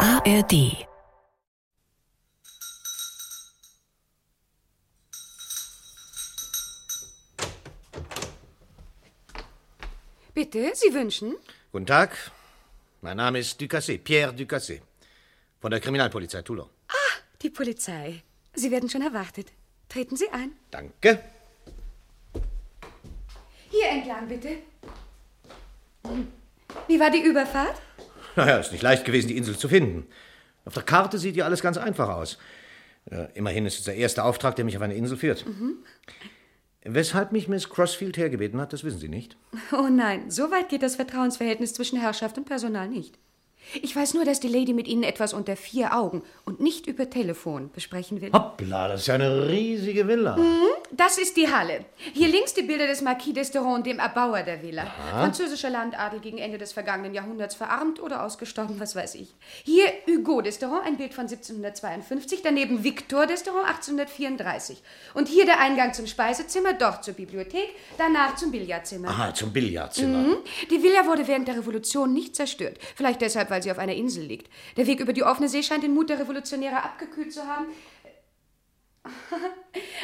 ARD. Bitte, Sie wünschen? Guten Tag. Mein Name ist Ducassé, Pierre Ducassé. Von der Kriminalpolizei Toulon. Die Polizei. Sie werden schon erwartet. Treten Sie ein. Danke. Hier entlang, bitte. Hm. Wie war die Überfahrt? Naja, ist nicht leicht gewesen, die Insel zu finden. Auf der Karte sieht ja alles ganz einfach aus. Äh, immerhin ist es der erste Auftrag, der mich auf eine Insel führt. Weshalb mich Miss Crossfield hergebeten hat, das wissen Sie nicht. Oh nein, so weit geht das Vertrauensverhältnis zwischen Herrschaft und Personal nicht. Ich weiß nur, dass die Lady mit Ihnen etwas unter vier Augen und nicht über Telefon besprechen will. Hoppla, das ist ja eine riesige Villa. Das ist die Halle. Hier links die Bilder des Marquis d'Esteron, dem Erbauer der Villa. Französischer Landadel gegen Ende des vergangenen Jahrhunderts verarmt oder ausgestorben, was weiß ich. Hier Hugo d'Esteron, ein Bild von 1752, daneben Victor d'Esteron 1834. Und hier der Eingang zum Speisezimmer, dort zur Bibliothek, danach zum Billardzimmer. Aha, zum Billardzimmer. Die Villa wurde während der Revolution nicht zerstört. Vielleicht deshalb, weil sie auf einer Insel liegt. Der Weg über die offene See scheint den Mut der Revolutionäre abgekühlt zu haben.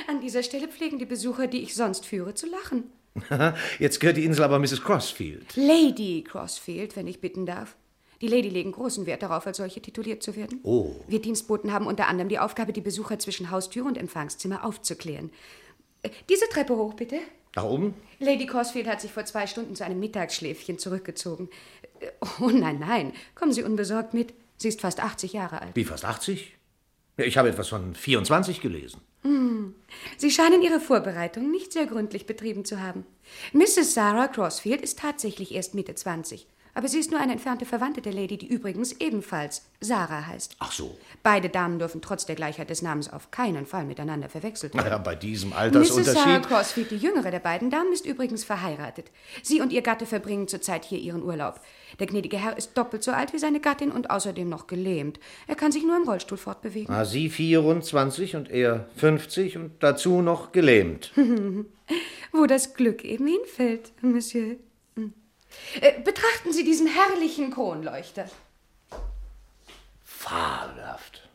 An dieser Stelle pflegen die Besucher, die ich sonst führe, zu lachen. Jetzt gehört die Insel aber Mrs. Crossfield. Lady Crossfield, wenn ich bitten darf. Die Lady legen großen Wert darauf, als solche tituliert zu werden. Oh. Wir Dienstboten haben unter anderem die Aufgabe, die Besucher zwischen Haustür und Empfangszimmer aufzuklären. Äh, Diese Treppe hoch, bitte. Nach oben? Lady Crossfield hat sich vor zwei Stunden zu einem Mittagsschläfchen zurückgezogen. Äh, Oh nein, nein, kommen Sie unbesorgt mit. Sie ist fast 80 Jahre alt. Wie, fast 80? Ja, ich habe etwas von 24 gelesen. Sie scheinen Ihre Vorbereitungen nicht sehr gründlich betrieben zu haben. Mrs. Sarah Crossfield ist tatsächlich erst Mitte 20, aber sie ist nur eine entfernte Verwandte der Lady, die übrigens ebenfalls Sarah heißt. Ach so. Beide Damen dürfen trotz der Gleichheit des Namens auf keinen Fall miteinander verwechselt werden. Naja, bei diesem Mrs. Sarah Altersunterschied. Crossfield, die jüngere der beiden Damen, ist übrigens verheiratet. Sie und ihr Gatte verbringen zurzeit hier ihren Urlaub. Der gnädige Herr ist doppelt so alt wie seine Gattin und außerdem noch gelähmt. Er kann sich nur im Rollstuhl fortbewegen. Ah, sie 24 und er 50 und dazu noch gelähmt. wo das Glück eben hinfällt, Monsieur. Hm. Äh, Betrachten Sie diesen herrlichen Kronleuchter. Fabelhaft.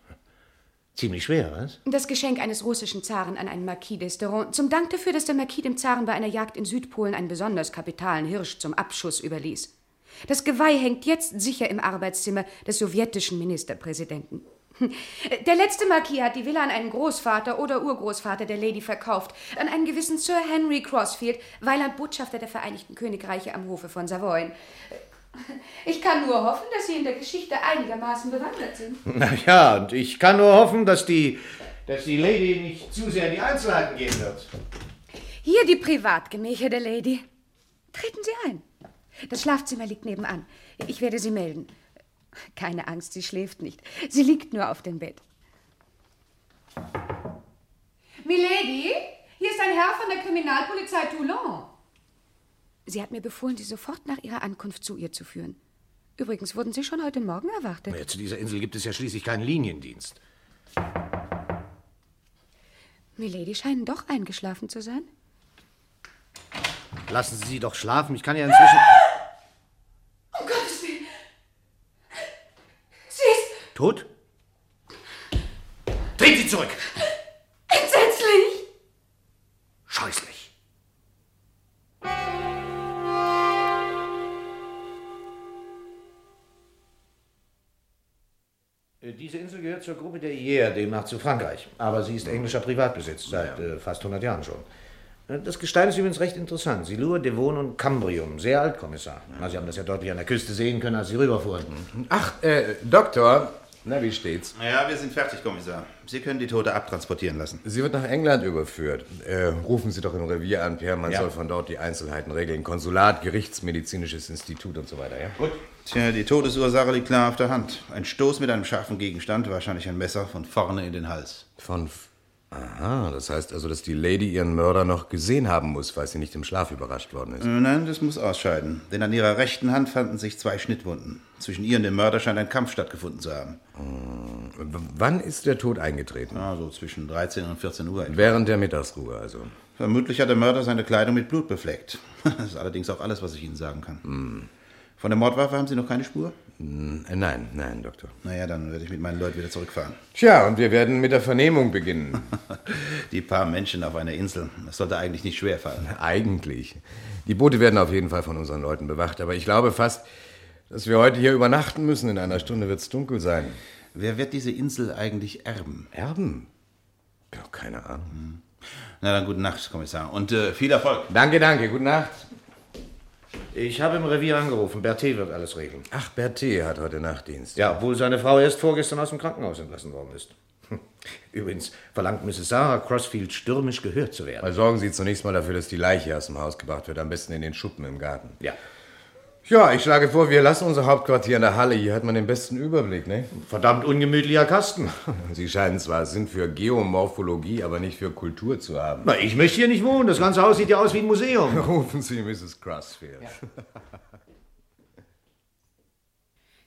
Ziemlich schwer, was? Das Geschenk eines russischen Zaren an einen Marquis d'Esteron. Zum Dank dafür, dass der Marquis dem Zaren bei einer Jagd in Südpolen einen besonders kapitalen Hirsch zum Abschuss überließ. Das Geweih hängt jetzt sicher im Arbeitszimmer des sowjetischen Ministerpräsidenten. Hm. Äh, Der letzte Marquis hat die Villa an einen Großvater oder Urgroßvater der Lady verkauft, an einen gewissen Sir Henry Crossfield, Weiland Botschafter der Vereinigten Königreiche am Hofe von Savoyen. Ich kann nur hoffen, dass Sie in der Geschichte einigermaßen bewandert sind. Naja, und ich kann nur hoffen, dass die, dass die Lady nicht zu sehr in die Einzelheiten gehen wird. Hier die Privatgemächer der Lady. Treten Sie ein. Das Schlafzimmer liegt nebenan. Ich werde Sie melden. Keine Angst, sie schläft nicht. Sie liegt nur auf dem Bett. Milady, hier ist ein Herr von der Kriminalpolizei Toulon. Sie hat mir befohlen, Sie sofort nach Ihrer Ankunft zu ihr zu führen. Übrigens wurden Sie schon heute Morgen erwartet. Naja, zu dieser Insel gibt es ja schließlich keinen Liniendienst. Milady scheinen doch eingeschlafen zu sein. Lassen Sie sie doch schlafen, ich kann ja inzwischen... Um Gottes Willen! Sie ist Tot? Drehen Sie zurück! entsetzlich! Scheußlich. Äh, Diese Insel gehört zur Gruppe der Ier, demnach zu Frankreich. Aber sie ist englischer Privatbesitz, seit äh, fast 100 Jahren schon. Äh, Das Gestein ist übrigens recht interessant. Silur, Devon und Cambrium. Sehr alt, Kommissar. Na, Sie haben das ja deutlich an der Küste sehen können, als Sie rüberfuhren. Ach, äh, Doktor. Na, wie steht's? Ja, wir sind fertig, Kommissar. Sie können die Tote abtransportieren lassen. Sie wird nach England überführt. Äh, rufen Sie doch im Revier an, Pierre. Man Ja. soll von dort die Einzelheiten regeln. Konsulat, Gerichtsmedizinisches Institut und so weiter, ja? Gut. Tja, die Todesursache liegt klar auf der Hand. Ein Stoß mit einem scharfen Gegenstand, wahrscheinlich ein Messer, von vorne in den Hals. Von. F Aha, das heißt also, dass die Lady ihren Mörder noch gesehen haben muss, weil sie nicht im Schlaf überrascht worden ist. Äh, Nein, das muss ausscheiden. Denn an ihrer rechten Hand fanden sich zwei Schnittwunden. Zwischen ihr und dem Mörder scheint ein Kampf stattgefunden zu haben. W wann ist der Tod eingetreten? Ja, so Also zwischen 13 und 14 Uhr. etwa. Während der Mittagsruhe, also. Vermutlich hat der Mörder seine Kleidung mit Blut befleckt. Das ist allerdings auch alles, was ich Ihnen sagen kann. Von der Mordwaffe haben Sie noch keine Spur? Äh, Nein, nein, Doktor. Naja, dann werde ich mit meinen Leuten wieder zurückfahren. Tja, und wir werden mit der Vernehmung beginnen. Die paar Menschen auf einer Insel. Das sollte eigentlich nicht schwer fallen. Eigentlich. Die Boote werden auf jeden Fall von unseren Leuten bewacht, aber ich glaube fast, dass wir heute hier übernachten müssen. In einer Stunde wird es dunkel sein. Wer wird diese Insel eigentlich erben? Erben? Ja, keine Ahnung. Na dann, gute Nacht, Kommissar. Und äh, viel Erfolg. Danke, danke. Gute Nacht. Ich habe im Revier angerufen. Berthe wird alles regeln. Ach, Berthe hat heute Nachtdienst. Ja, obwohl seine Frau erst vorgestern aus dem Krankenhaus entlassen worden ist. Hm. Übrigens verlangt Mrs. Sarah Crossfield stürmisch gehört zu werden. Also sorgen Sie zunächst mal dafür, dass die Leiche aus dem Haus gebracht wird. Am besten in den Schuppen im Garten. Ja, Ja, ich schlage vor, wir lassen unser Hauptquartier in der Halle. Hier hat man den besten Überblick, ne? verdammt ungemütlicher Kasten. Sie scheinen zwar Sinn für Geomorphologie, aber nicht für Kultur zu haben. Na, ich möchte hier nicht wohnen. Das ganze Haus sieht ja aus wie ein Museum. Rufen Sie Mrs. Crossfield.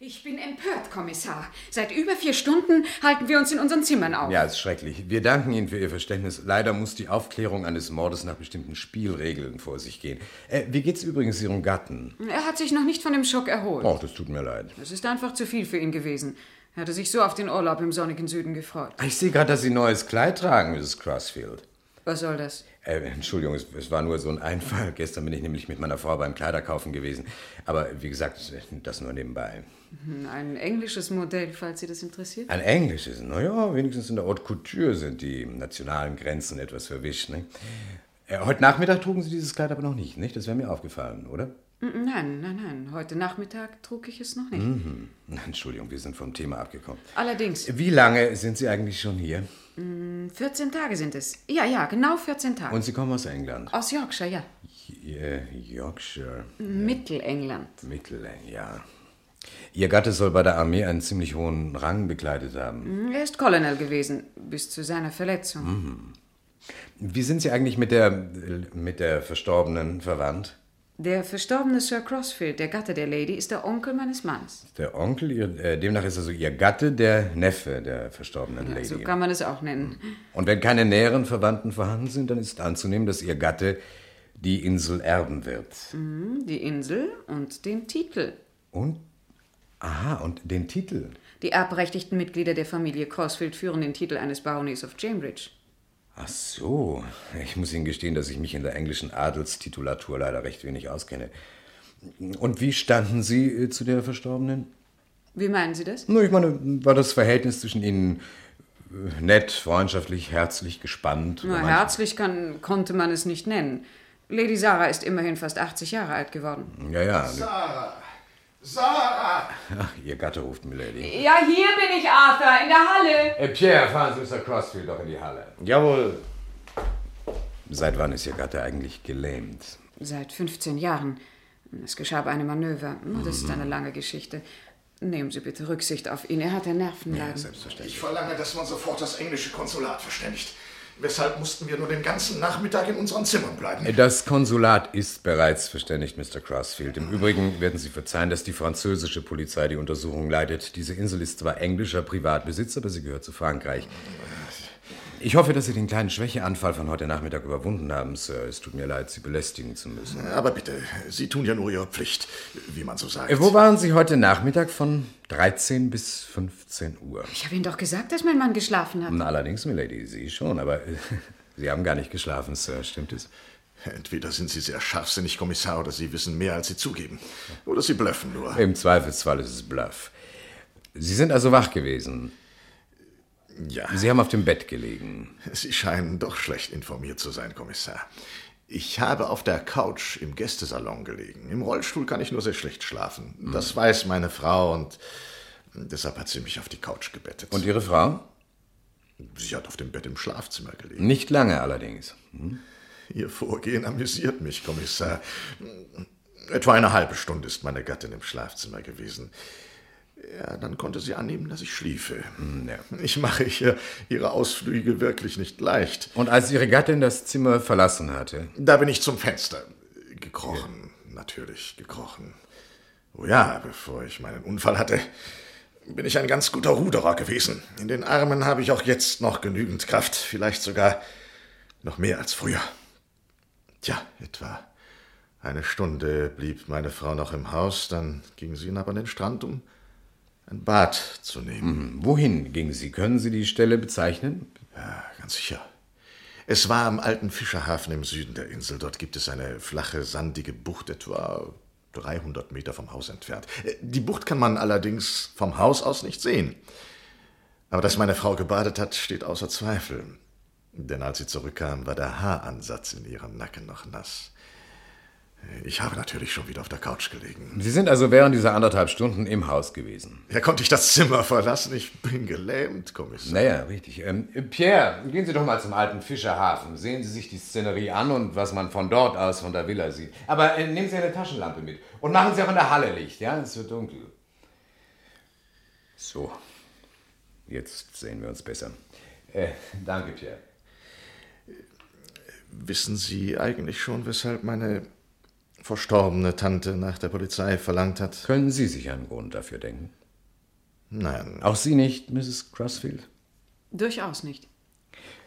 Ich bin empört, Kommissar. Seit über vier Stunden halten wir uns in unseren Zimmern auf. Ja, ist schrecklich. Wir danken Ihnen für Ihr Verständnis. Leider muss die Aufklärung eines Mordes nach bestimmten Spielregeln vor sich gehen. Äh, wie geht's übrigens Ihrem Gatten? Er hat sich noch nicht von dem Schock erholt. Oh, das tut mir leid. Es ist einfach zu viel für ihn gewesen. Er hatte sich so auf den Urlaub im sonnigen Süden gefreut. Ich sehe gerade, dass Sie ein neues Kleid tragen, Mrs. Crossfield. Was soll das? Äh, Entschuldigung, es, es war nur so ein Einfall. Gestern bin ich nämlich mit meiner Frau beim Kleiderkaufen gewesen. Aber wie gesagt, das nur nebenbei. Hm, Ein englisches Modell, falls Sie das interessiert. Ein englisches, naja, wenigstens in der Haute Couture sind die nationalen Grenzen etwas verwischt. Ne? Äh, heute Nachmittag trugen Sie dieses Kleid aber noch nicht, nicht? Das wäre mir aufgefallen, oder? N- Hm, Nein, nein, nein. Heute Nachmittag trug ich es noch nicht. Hm. Entschuldigung, wir sind vom Thema abgekommen. Allerdings, Wie lange sind Sie eigentlich schon hier? 14 Tage sind es. Ja, ja, genau 14 Tage. Und Sie kommen aus England? Aus Yorkshire, ja. Äh, Yorkshire, Mittelengland. Mittel, ja. Ihr Gatte soll bei der Armee einen ziemlich hohen Rang bekleidet haben. Hm, Er ist Colonel gewesen, bis zu seiner Verletzung. Hm. Wie sind Sie eigentlich mit der, mit der Verstorbenen verwandt? Der verstorbene Sir Crossfield, der Gatte der Lady, ist der Onkel meines Mannes. Der Onkel, ihr, äh, demnach ist also ihr Gatte der Neffe der verstorbenen Lady. So kann man es auch nennen. Und wenn keine näheren Verwandten vorhanden sind, dann ist anzunehmen, dass ihr Gatte die Insel erben wird. Mhm, Die Insel und den Titel. Und? Aha, und den Titel. Die erbberechtigten Mitglieder der Familie Crossfield führen den Titel eines Baroness of Cambridge. Ach so, ich muss Ihnen gestehen, dass ich mich in der englischen Adelstitulatur leider recht wenig auskenne. Und wie standen Sie äh, zu der Verstorbenen? Wie meinen Sie das? Nun, ich meine, war das Verhältnis zwischen Ihnen äh, nett, freundschaftlich, herzlich, gespannt? Na, Oder herzlich kann, konnte man es nicht nennen. Lady Sarah ist immerhin fast 80 Jahre alt geworden. manch- Ja, ja, Sarah! Sarah! ach, Ihr Gatte ruft Milady. Ja, hier bin ich, Arthur, in der Halle. Äh, Pierre, fahren Sie Mr. Crossfield doch in die Halle. Jawohl. Seit wann ist Ihr Gatte eigentlich gelähmt? Seit 15 Jahren. Es geschah bei einem Manöver. Nur Das ist eine lange Geschichte. Nehmen Sie bitte Rücksicht auf ihn. Er hat ein Nervenleiden. Ich verlange, dass man sofort das englische Konsulat verständigt. Weshalb mussten wir nur den ganzen Nachmittag in unseren Zimmern bleiben? Das Konsulat ist bereits verständigt, Mr. Crossfield. Im Übrigen werden Sie verzeihen, dass die französische Polizei die Untersuchung leitet. Diese Insel ist zwar englischer Privatbesitz, aber sie gehört zu Frankreich. Ich hoffe, dass Sie den kleinen Schwächeanfall von heute Nachmittag überwunden haben, Sir. Es tut mir leid, Sie belästigen zu müssen. Aber bitte, Sie tun ja nur Ihre Pflicht, wie man so sagt. Äh, Wo waren Sie heute Nachmittag von 13 bis 15 Uhr? Ich habe Ihnen doch gesagt, dass mein Mann geschlafen hat. Na, Allerdings, Milady, Sie schon, aber äh, Sie haben gar nicht geschlafen, Sir, stimmt es? Entweder sind Sie sehr scharfsinnig, Kommissar, oder Sie wissen mehr, als Sie zugeben. Oder Sie blöffen nur. Im Zweifelsfall ist es Bluff. Sie sind also wach gewesen. Ja, Sie haben auf dem Bett gelegen. Sie scheinen doch schlecht informiert zu sein, Kommissar. Ich habe auf der Couch im Gästesalon gelegen. Im Rollstuhl kann ich nur sehr schlecht Hm. schlafen. Das weiß meine Frau und deshalb hat sie mich auf die Couch gebettet. Und Ihre Frau? Sie hat auf dem Bett im Schlafzimmer gelegen. Nicht lange allerdings. Ihr Vorgehen amüsiert mich, Kommissar. Etwa eine halbe Stunde ist meine Gattin im Schlafzimmer gewesen. Ja, dann konnte sie annehmen, dass ich schliefe. Ich mache ihr ihre Ausflüge wirklich nicht leicht. Und als Ihre Gattin das Zimmer verlassen hatte, Da bin ich zum Fenster gekrochen, natürlich gekrochen. Oh ja, bevor ich meinen Unfall hatte, bin ich ein ganz guter Ruderer gewesen. In den Armen habe ich auch jetzt noch genügend Kraft, vielleicht sogar noch mehr als früher. Tja, etwa eine Stunde blieb meine Frau noch im Haus, dann ging sie ihn aber an den Strand, um ein Bad zu nehmen. Wohin ging sie? Können Sie die Stelle bezeichnen? Ja, Ah, ganz sicher. Es war am alten Fischerhafen im Süden der Insel. Dort gibt es eine flache, sandige Bucht, etwa 300 Meter vom Haus entfernt. Äh, Die Bucht kann man allerdings vom Haus aus nicht sehen. Aber dass meine Frau gebadet hat, steht außer Zweifel. Denn als sie zurückkam, war der Haaransatz in ihrem Nacken noch nass. Ich habe natürlich schon wieder auf der Couch gelegen. Sie sind also während dieser anderthalb Stunden im Haus gewesen. Ja, konnte ich das Zimmer verlassen? Ich bin gelähmt, Kommissar. Naja, richtig. Ähm, Pierre, gehen Sie doch mal zum alten Fischerhafen. Sehen Sie sich die Szenerie an und was man von dort aus von der Villa sieht. Aber äh, nehmen Sie eine Taschenlampe mit und machen Sie auch in der Halle Licht, ja? Es wird dunkel. So, jetzt sehen wir uns besser. Äh, danke, Pierre. Wissen Sie eigentlich schon, weshalb meine verstorbene Tante nach der Polizei verlangt hat? Können Sie sich einen Grund dafür denken? Nein. Auch Sie nicht, Mrs. Crossfield? Durchaus nicht.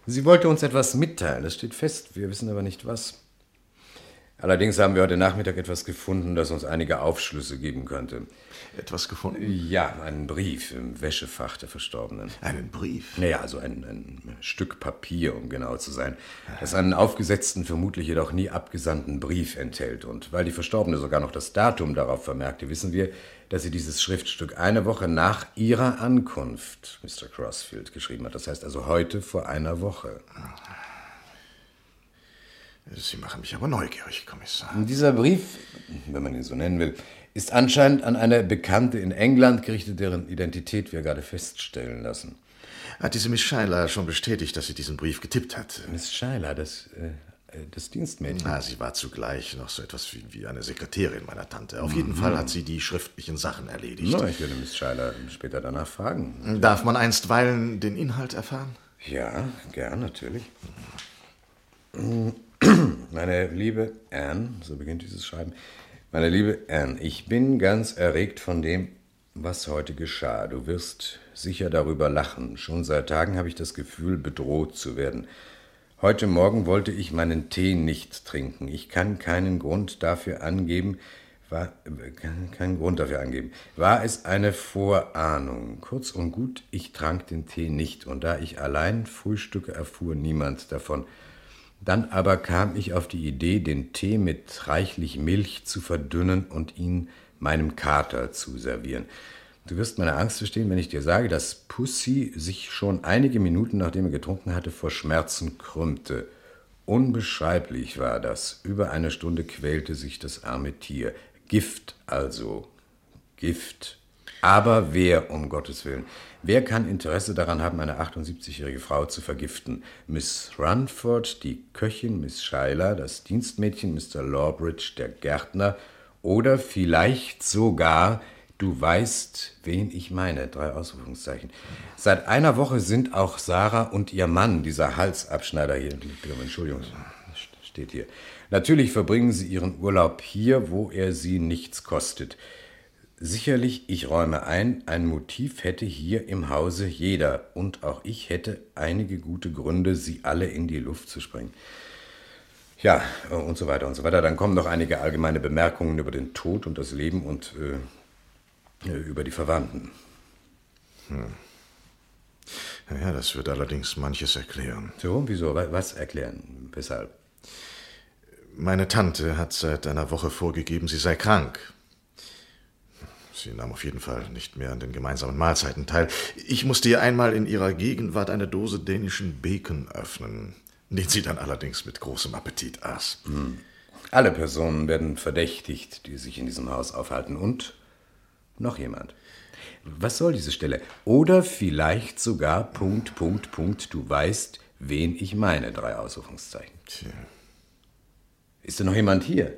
Sie wollte uns etwas mitteilen, das steht fest, wir wissen aber nicht was. Allerdings haben wir heute Nachmittag etwas gefunden, das uns einige Aufschlüsse geben könnte. Etwas gefunden? Ja, einen Brief im Wäschefach der Verstorbenen. Einen Brief. Naja, also ein, ein Stück Papier, um genau zu sein, das einen aufgesetzten, vermutlich jedoch nie abgesandten Brief enthält. Und weil die Verstorbene sogar noch das Datum darauf vermerkte, wissen wir, dass sie dieses Schriftstück eine Woche nach ihrer Ankunft, Mr. Crossfield, geschrieben hat. Das heißt also heute vor einer Woche. Sie machen mich aber neugierig, Kommissar. Dieser Brief, wenn man ihn so nennen will, ist anscheinend an eine Bekannte in England gerichtet, deren Identität wir gerade feststellen lassen. Hat diese Miss Scheiler schon bestätigt, dass sie diesen Brief getippt hat? Miss Schuyler, das, äh, äh, das Dienstmädchen. Na, sie war zugleich noch so etwas wie, wie eine Sekretärin meiner Tante. Auf jeden Fall hat sie die schriftlichen Sachen erledigt. Na, ich werde Miss Schuyler später danach fragen. Darf man einstweilen den Inhalt erfahren? Ja, gern, natürlich. Meine liebe Anne, so beginnt dieses Schreiben. Meine liebe Anne, ich bin ganz erregt von dem, was heute geschah. Du wirst sicher darüber lachen. Schon seit Tagen habe ich das Gefühl, bedroht zu werden. Heute Morgen wollte ich meinen Tee nicht trinken. Ich kann keinen Grund dafür angeben, war, äh, kann keinen Grund dafür angeben. War es eine Vorahnung? Kurz und gut, ich trank den Tee nicht, und da ich allein frühstücke, erfuhr niemand davon. Dann aber kam ich auf die Idee, den Tee mit reichlich Milch zu verdünnen und ihn meinem Kater zu servieren. Du wirst meine Angst verstehen, wenn ich dir sage, dass Pussy sich schon einige Minuten, nachdem er getrunken hatte, vor Schmerzen krümmte. Unbeschreiblich war das. Über eine Stunde quälte sich das arme Tier. Gift also. Gift. Aber wer, um Gottes Willen, wer kann Interesse daran haben, eine 78-jährige Frau zu vergiften? Miss Runford, die Köchin, Miss Schuyler, das Dienstmädchen, Mr. Lawbridge, der Gärtner oder vielleicht sogar, du weißt, wen ich meine, drei Ausrufungszeichen. Seit einer Woche sind auch Sarah und ihr Mann, dieser Halsabschneider hier, Entschuldigung, steht hier. Natürlich verbringen sie ihren Urlaub hier, wo er sie nichts kostet. Sicherlich, ich räume ein, ein Motiv hätte hier im Hause jeder, und auch ich hätte einige gute Gründe, sie alle in die Luft zu sprengen. Ja, äh, und so weiter und so weiter. Dann kommen noch einige allgemeine Bemerkungen über den Tod und das Leben und äh, äh, über die Verwandten. Ja, das wird allerdings manches erklären. So, wieso? Wa- Was erklären? Weshalb? Meine Tante hat seit einer Woche vorgegeben, sie sei krank. Sie nahm auf jeden Fall nicht mehr an den gemeinsamen Mahlzeiten teil. Ich musste ihr einmal in ihrer Gegenwart eine Dose dänischen Bacon öffnen, den sie dann allerdings mit großem Appetit aß. Alle Personen werden verdächtigt, die sich in diesem Haus aufhalten und noch jemand. Was soll diese Stelle? Oder vielleicht sogar Punkt, Punkt, Punkt, du weißt, wen ich meine, drei Ausrufungszeichen. Tja. Ist denn noch jemand hier?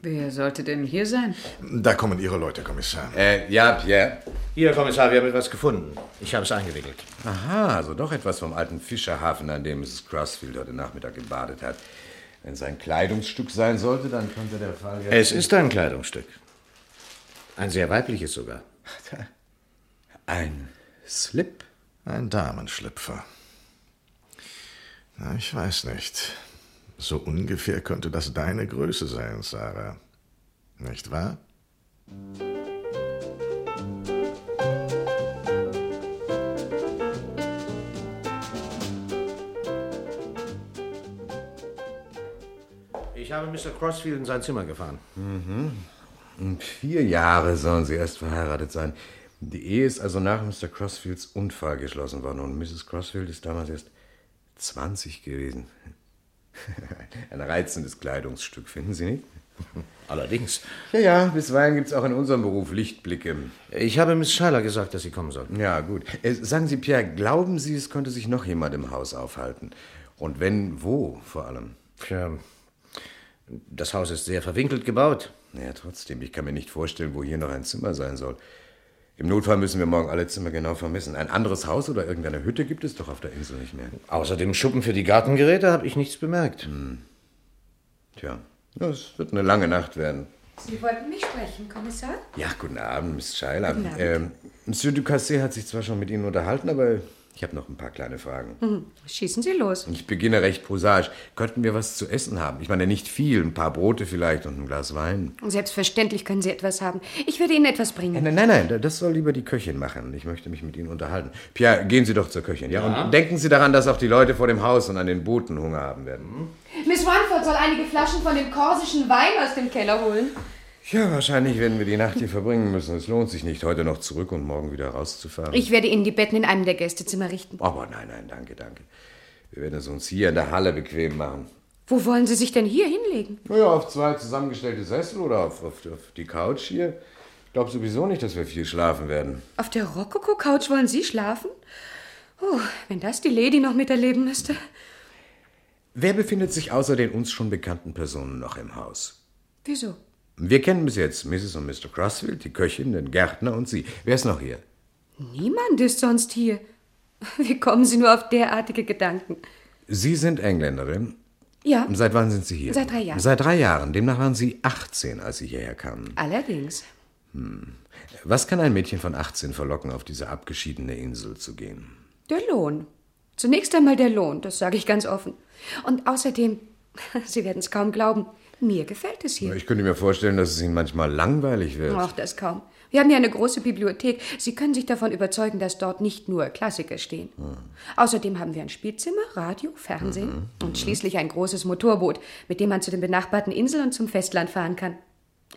Wer sollte denn hier sein? Da kommen Ihre Leute, Kommissar. Äh, ja, Pierre. Hier, Kommissar, wir haben etwas gefunden. Ich habe es eingewickelt. Aha, also doch etwas vom alten Fischerhafen, an dem Mrs. Crossfield heute Nachmittag gebadet hat. Wenn es ein Kleidungsstück sein sollte, dann könnte der Fall... ja- Es ist ein Kleidungsstück. Ein sehr weibliches sogar. Ein Slip? Ein Damenschlüpfer. Na, ich weiß nicht. So ungefähr könnte das deine Größe sein, Sarah. Nicht wahr? Ich habe Mr. Crossfield in sein Zimmer gefahren. Und vier Jahre sollen sie erst verheiratet sein. Die Ehe ist also nach Mr. Crossfields Unfall geschlossen worden und Mrs. Crossfield ist damals erst 20 gewesen. Ein reizendes Kleidungsstück, finden Sie nicht? Allerdings. Ja, ja, bisweilen gibt es auch in unserem Beruf Lichtblicke. Ich habe Miss Schuyler gesagt, dass Sie kommen sollten. Ja, gut. Äh, sagen Sie, Pierre, glauben Sie, es könnte sich noch jemand im Haus aufhalten? Und wenn, wo vor allem? Tja, das Haus ist sehr verwinkelt gebaut. Naja, trotzdem, ich kann mir nicht vorstellen, wo hier noch ein Zimmer sein soll. Im Notfall müssen wir morgen alle Zimmer genau vermissen. Ein anderes Haus oder irgendeine Hütte gibt es doch auf der Insel nicht mehr. Außer dem Schuppen für die Gartengeräte habe ich nichts bemerkt. Hm. Tja, ja, es wird eine lange Nacht werden. Sie wollten mich sprechen, Kommissar? Ja, guten Abend, Miss Scheiler. Guten Abend. Ähm, Monsieur Ducasse hat sich zwar schon mit Ihnen unterhalten, aber ich habe noch ein paar kleine Fragen. Mhm. Hm, Schießen Sie los. Ich beginne recht prosaisch. Könnten wir was zu essen haben? Ich meine, nicht viel, ein paar Brote vielleicht und ein Glas Wein. Selbstverständlich können Sie etwas haben. Ich werde Ihnen etwas bringen. Äh, Nein, nein, nein, das soll lieber die Köchin machen. Ich möchte mich mit Ihnen unterhalten. Pierre, gehen Sie doch zur Köchin, ja? Und denken Sie daran, dass auch die Leute vor dem Haus und an den Booten Hunger haben werden. Miss Wanford soll einige Flaschen von dem korsischen Wein aus dem Keller holen. Ja, wahrscheinlich werden wir die Nacht hier verbringen müssen. Es lohnt sich nicht, heute noch zurück und morgen wieder rauszufahren. Ich werde Ihnen die Betten in einem der Gästezimmer richten. Aber nein, nein, danke, danke. Wir werden es uns hier in der Halle bequem machen. Wo wollen Sie sich denn hier hinlegen? Naja, auf zwei zusammengestellte Sessel oder auf, auf, auf die Couch hier. Ich glaube sowieso nicht, dass wir viel schlafen werden. Auf der Rokoko-Couch wollen Sie schlafen? Oh, wenn das die Lady noch miterleben müsste. Wer befindet sich außer den uns schon bekannten Personen noch im Haus? Wieso? Wir kennen bis jetzt Mrs. und Mr. Crossfield, die Köchin, den Gärtner und Sie. Wer ist noch hier? Niemand ist sonst hier. Wie kommen Sie nur auf derartige Gedanken? Sie sind Engländerin. Ja, Seit wann sind Sie hier? Seit drei Jahren. Seit drei Jahren. Demnach waren Sie 18, als Sie hierher kamen. allerdings. Was kann ein Mädchen von 18 verlocken, auf diese abgeschiedene Insel zu gehen? Der Lohn. Zunächst einmal der Lohn, das sage ich ganz offen. Und außerdem, Sie werden es kaum glauben, mir gefällt es hier. Ich könnte mir vorstellen, dass es Ihnen manchmal langweilig wird. Ach, das kaum. Wir haben hier eine große Bibliothek. Sie können sich davon überzeugen, dass dort nicht nur Klassiker stehen. Außerdem haben wir ein Spielzimmer, Radio, Fernsehen und schließlich ein großes Motorboot, mit dem man zu den benachbarten Inseln und zum Festland fahren kann.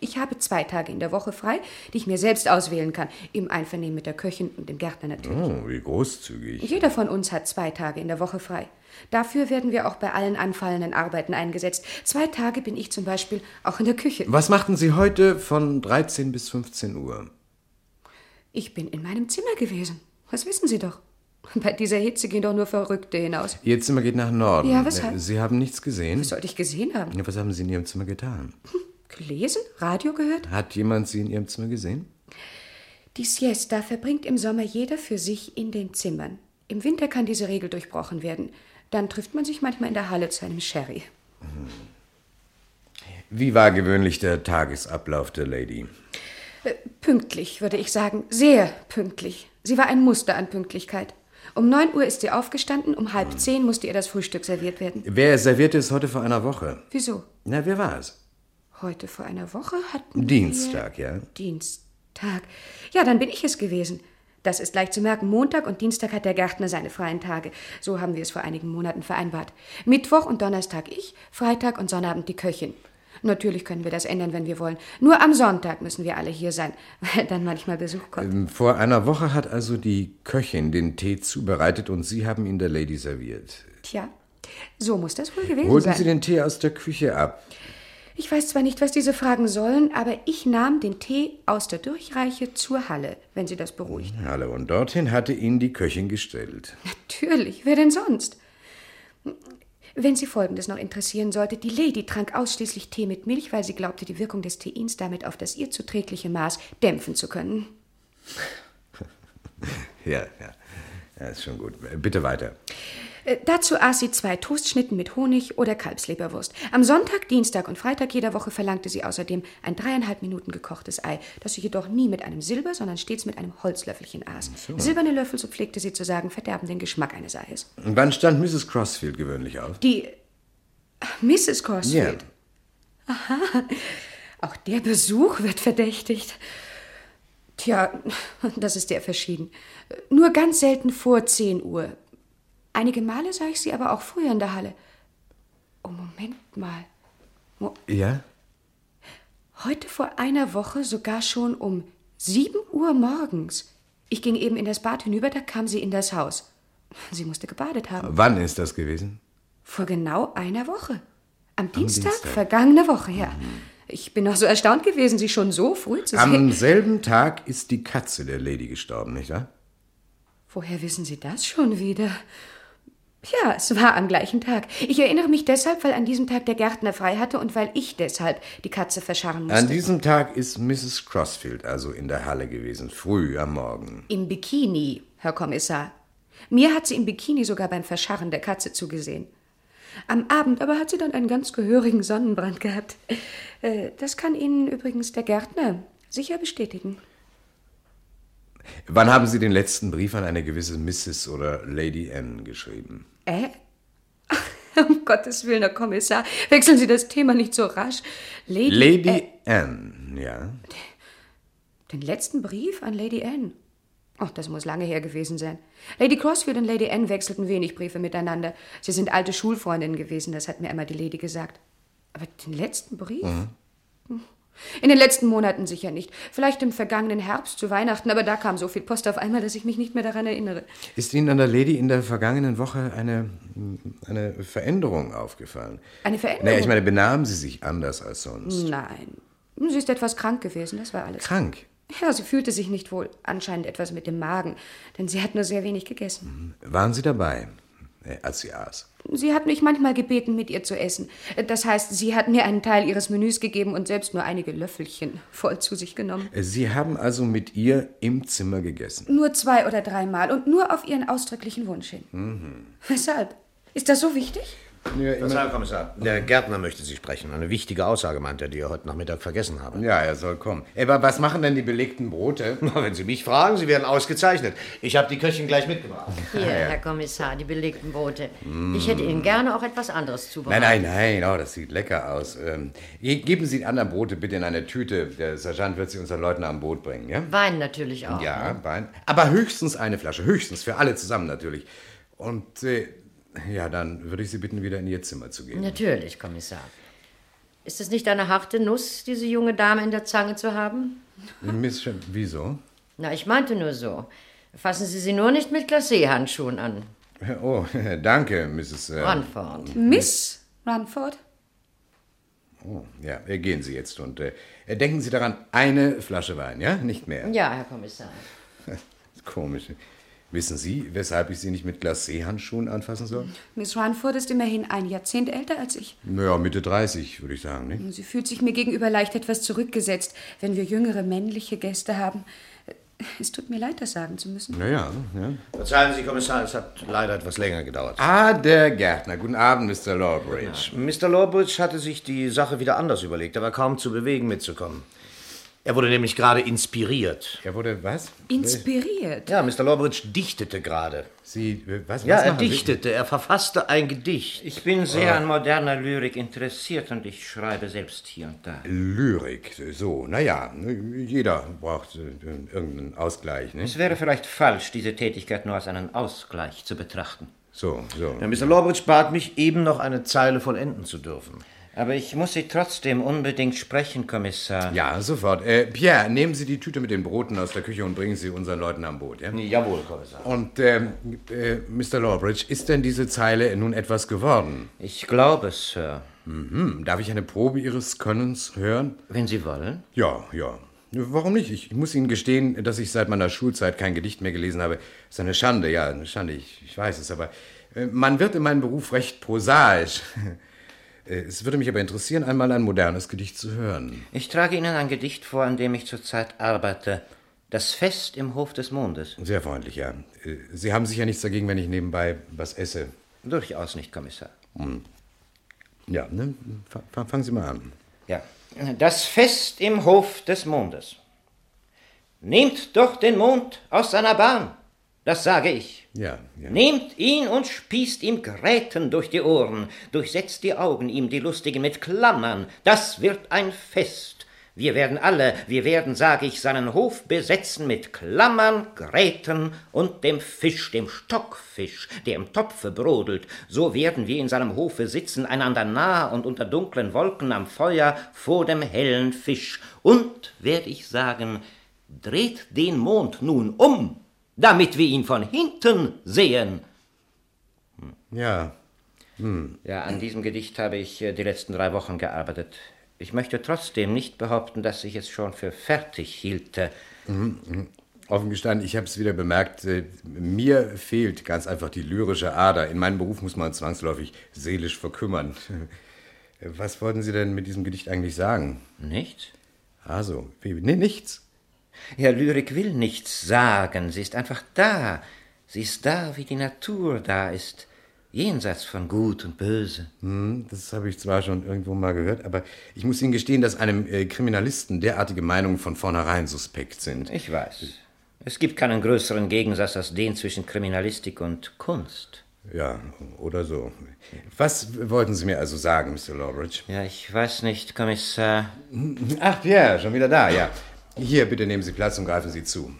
Ich habe zwei Tage in der Woche frei, die ich mir selbst auswählen kann, im Einvernehmen mit der Köchin und dem Gärtner natürlich. Oh, wie großzügig. Jeder von uns hat zwei Tage in der Woche frei. Dafür werden wir auch bei allen anfallenden Arbeiten eingesetzt. Zwei Tage bin ich zum Beispiel auch in der Küche. Was machten Sie heute von 13 bis 15 Uhr? Ich bin in meinem Zimmer gewesen. Das wissen Sie doch. Bei dieser Hitze gehen doch nur Verrückte hinaus. Ihr Zimmer geht nach Norden. Ja, weshalb? Sie haben nichts gesehen? Was sollte ich gesehen haben? Ja, Was haben Sie in Ihrem Zimmer getan? Gelesen? Radio gehört? Hat jemand Sie in Ihrem Zimmer gesehen? Die Siesta verbringt im Sommer jeder für sich in den Zimmern. Im Winter kann diese Regel durchbrochen werden. Dann trifft man sich manchmal in der Halle zu einem Sherry. Wie war gewöhnlich der Tagesablauf der Lady? Pünktlich, würde ich sagen. Sehr pünktlich. Sie war ein Muster an Pünktlichkeit. Um neun Uhr ist sie aufgestanden, um halb zehn musste ihr das Frühstück serviert werden. Wer servierte es heute vor einer Woche? Wieso? Na, wer war es? Heute vor einer Woche hatten Dienstag, ja. wir... Dienstag. Ja, dann bin ich es gewesen. Das ist leicht zu merken. Montag und Dienstag hat der Gärtner seine freien Tage. So haben wir es vor einigen Monaten vereinbart. Mittwoch und Donnerstag ich, Freitag und Sonnabend die Köchin. Natürlich können wir das ändern, wenn wir wollen. Nur am Sonntag müssen wir alle hier sein, weil dann manchmal Besuch kommt. Vor einer Woche hat also die Köchin den Tee zubereitet und Sie haben ihn der Lady serviert. Tja, so muss das wohl gewesen Holten sein. Sie den Tee aus der Küche ab. ich weiß zwar nicht, was diese Fragen sollen, aber ich nahm den Tee aus der Durchreiche zur Halle, wenn Sie das beruhigt. Hallo, und dorthin hatte ihn die Köchin gestellt. Natürlich, wer denn sonst? Wenn Sie Folgendes noch interessieren sollte, die Lady trank ausschließlich Tee mit Milch, weil sie glaubte, die Wirkung des Teins damit auf das ihr zuträgliche Maß dämpfen zu können. Ja, ja. Ja, ist schon gut. Bitte weiter. Äh, Dazu aß sie zwei Toastschnitten mit Honig oder Kalbsleberwurst. Am Sonntag, Dienstag und Freitag jeder Woche verlangte sie außerdem ein dreieinhalb Minuten gekochtes Ei, das sie jedoch nie mit einem Silber, sondern stets mit einem Holzlöffelchen aß. Silberne Löffel, so pflegte sie zu sagen, verderben den Geschmack eines Eis. Und wann stand Mrs. Crossfield gewöhnlich auf? Die Mrs. Crossfield. Auch der Besuch wird verdächtigt. Tja, das ist sehr verschieden. Nur ganz selten vor 10 Uhr. Einige Male sah ich sie aber auch früher in der Halle. Oh, Moment mal. Ja? Heute vor einer Woche sogar schon um 7 Uhr morgens. Ich ging eben in das Bad hinüber, da kam sie in das Haus. Sie musste gebadet haben. Wann ist das gewesen? Vor genau einer Woche. Am, Dienstag, Dienstag. vergangene Woche, ja. Ich bin auch so erstaunt gewesen, sie schon so früh zu sehen. Am selben Tag ist die Katze der Lady gestorben, nicht wahr? Woher wissen Sie das schon wieder? Ja, es war am gleichen Tag. Ich erinnere mich deshalb, weil an diesem Tag der Gärtner frei hatte und weil ich deshalb die Katze verscharren musste. An diesem Tag ist Mrs. Crossfield also in der Halle gewesen, früh am Morgen. Im Bikini, Herr Kommissar. Mir hat sie im Bikini sogar beim Verscharren der Katze zugesehen. Am Abend aber hat sie dann einen ganz gehörigen Sonnenbrand gehabt. Äh, Das kann Ihnen übrigens der Gärtner sicher bestätigen. Wann haben Sie den letzten Brief an eine gewisse Mrs. oder Lady Anne geschrieben? Äh? Um Gottes Willen, Herr Kommissar, wechseln Sie das Thema nicht so rasch. Lady, Lady Äh, Anne, ja. den letzten Brief an Lady Anne. Ach, das muss lange her gewesen sein. Lady Crossfield und Lady Anne wechselten wenig Briefe miteinander. Sie sind alte Schulfreundinnen gewesen, das hat mir einmal die Lady gesagt. Aber den letzten Brief? Mhm. Hm. In den letzten Monaten sicher nicht. Vielleicht im vergangenen Herbst zu Weihnachten, aber da kam so viel Post auf einmal, dass ich mich nicht mehr daran erinnere. Ist Ihnen an der Lady in der vergangenen Woche eine, eine Veränderung aufgefallen? Eine Veränderung? Naja, ich meine, benahm sie sich anders als sonst? Nein. Hm, Sie ist etwas krank gewesen, das war alles. Krank. Ja, sie fühlte sich nicht wohl. Anscheinend etwas mit dem Magen, denn sie hat nur sehr wenig gegessen. Waren Sie dabei, äh, als sie aß? Sie hat mich manchmal gebeten, mit ihr zu essen. Das heißt, sie hat mir einen Teil ihres Menüs gegeben und selbst nur einige Löffelchen voll zu sich genommen. Sie haben also mit ihr im Zimmer gegessen. Nur zwei oder dreimal und nur auf ihren ausdrücklichen Wunsch hin. Weshalb? Ist das so wichtig? Das Herr Kommissar, der Gärtner möchte Sie sprechen. Eine wichtige Aussage meint er, die er heute Nachmittag vergessen habe. Ja, er soll kommen. Aber was machen denn die belegten Brote? Na, Wenn Sie mich fragen, Sie werden ausgezeichnet. Ich habe die Köchin gleich mitgebracht. Hier, Herr Kommissar, die belegten Brote. Ich hätte Ihnen gerne auch etwas anderes Mm. Nein, zubereitet. nein, nein, oh, das sieht lecker aus. Ähm, ge- geben Sie die anderen Brote bitte in eine Tüte. Der Sergeant wird sie unseren Leuten am Boot bringen, ja? Wein natürlich auch. Ja, Wein. Aber höchstens eine Flasche, höchstens für alle zusammen natürlich. Und äh, ja, dann würde ich Sie bitten, wieder in Ihr Zimmer zu gehen. Natürlich, Kommissar. Ist es nicht eine harte Nuss, diese junge Dame in der Zange zu haben? Miss, Shem- wieso? Na, ich meinte nur so. Fassen Sie sie nur nicht mit Glacé-Handschuhen an. Oh, danke, Mrs. Äh, Ranford. Miss Runford? oh, ja, äh, gehen Sie jetzt und äh, denken Sie daran, eine Flasche Wein, ja? Nicht mehr. Ja, Herr Kommissar. Komisch. Wissen Sie, weshalb ich Sie nicht mit Glacé-Handschuhen anfassen soll? Miss Runford ist immerhin ein Jahrzehnt älter als ich. Naja, Mitte 30, würde ich sagen, nicht? Sie fühlt sich mir gegenüber leicht etwas zurückgesetzt, wenn wir jüngere männliche Gäste haben. Es tut mir leid, das sagen zu müssen. Naja, ja. Verzeihen Sie, Kommissar, es hat leider etwas länger gedauert. Ah, der Gärtner. Guten Abend, Mr. Lawbridge. Mr. Lorbridge hatte sich die Sache wieder anders überlegt, aber kaum zu bewegen, mitzukommen. Er wurde nämlich gerade inspiriert. Er wurde was? Inspiriert. Ja, Mr. Lorbridge dichtete gerade. Sie, äh, was? Ja, was er machen Sie? dichtete, er verfasste ein Gedicht. Ich bin sehr an moderner Lyrik interessiert und ich schreibe selbst hier und da. Lyrik, so, naja, jeder braucht äh, irgendeinen Ausgleich, ne? Es wäre vielleicht falsch, diese Tätigkeit nur als einen Ausgleich zu betrachten. So, so. Ja, Mr. Lorbridge bat mich, eben noch eine Zeile vollenden zu dürfen. Aber ich muss Sie trotzdem unbedingt sprechen, Kommissar. Ja, sofort. Äh, Pierre, nehmen Sie die Tüte mit den Broten aus der Küche und bringen Sie unseren Leuten am Boot, ja? Jawohl, Kommissar. Und, ähm, äh, Mr. Lawbridge, ist denn diese Zeile nun etwas geworden? Ich glaube, Sir. Mhm. Darf ich eine Probe Ihres Könnens hören? Wenn Sie wollen. Ja, ja. Warum nicht? Ich muss Ihnen gestehen, dass ich seit meiner Schulzeit kein Gedicht mehr gelesen habe. Ist eine Schande, ja, eine Schande, ich, ich weiß es, aber äh, man wird in meinem Beruf recht prosaisch. Äh, Es würde mich aber interessieren, einmal ein modernes Gedicht zu hören. Ich trage Ihnen ein Gedicht vor, an dem ich zurzeit arbeite. Das Fest im Hof des Mondes. Sehr freundlich, ja. Äh, Sie haben sicher nichts dagegen, wenn ich nebenbei was esse. Durchaus nicht, Kommissar. Ja, ne? Fa- fa- Fangen Sie mal an. Ja, das Fest im Hof des Mondes. Nehmt doch den Mond aus seiner Bahn, das sage ich. Ja, ja. Nehmt ihn und spießt ihm Gräten durch die Ohren, durchsetzt die Augen ihm die Lustigen mit Klammern, das wird ein Fest. Wir werden alle, wir werden, sage ich, seinen Hof besetzen mit Klammern, Gräten und dem Fisch, dem Stockfisch, der im Topfe brodelt. So werden wir in seinem Hofe sitzen, einander nah und unter dunklen Wolken am Feuer vor dem hellen Fisch. Und, werd ich sagen, dreht den Mond nun um, damit wir ihn von hinten sehen. Ja. Ja, an diesem Gedicht habe ich äh, die letzten drei Wochen gearbeitet. Ich möchte trotzdem nicht behaupten, dass ich es schon für fertig hielte. Offen gestanden, ich habe es wieder bemerkt, äh, mir fehlt ganz einfach die lyrische Ader. In meinem Beruf muss man zwangsläufig seelisch verkümmern. Was wollten Sie denn mit diesem Gedicht eigentlich sagen? Nicht? Also, wie- nee, nichts. Ja, Lyrik will nichts sagen. Sie ist einfach da. Sie ist da, wie die Natur da ist. Jenseits von Gut und Böse. Hm, Das habe ich zwar schon irgendwo mal gehört, aber ich muss Ihnen gestehen, dass einem äh, Kriminalisten derartige Meinungen von vornherein suspekt sind. Ich weiß. Es gibt keinen größeren Gegensatz als den zwischen Kriminalistik und Kunst. Ja, oder so. Was wollten Sie mir also sagen, Mr. Lawbridge? Ja, ich weiß nicht, Kommissar. Ach, Pierre, schon wieder da, ja. Hier, bitte nehmen Sie Platz und greifen Sie zu.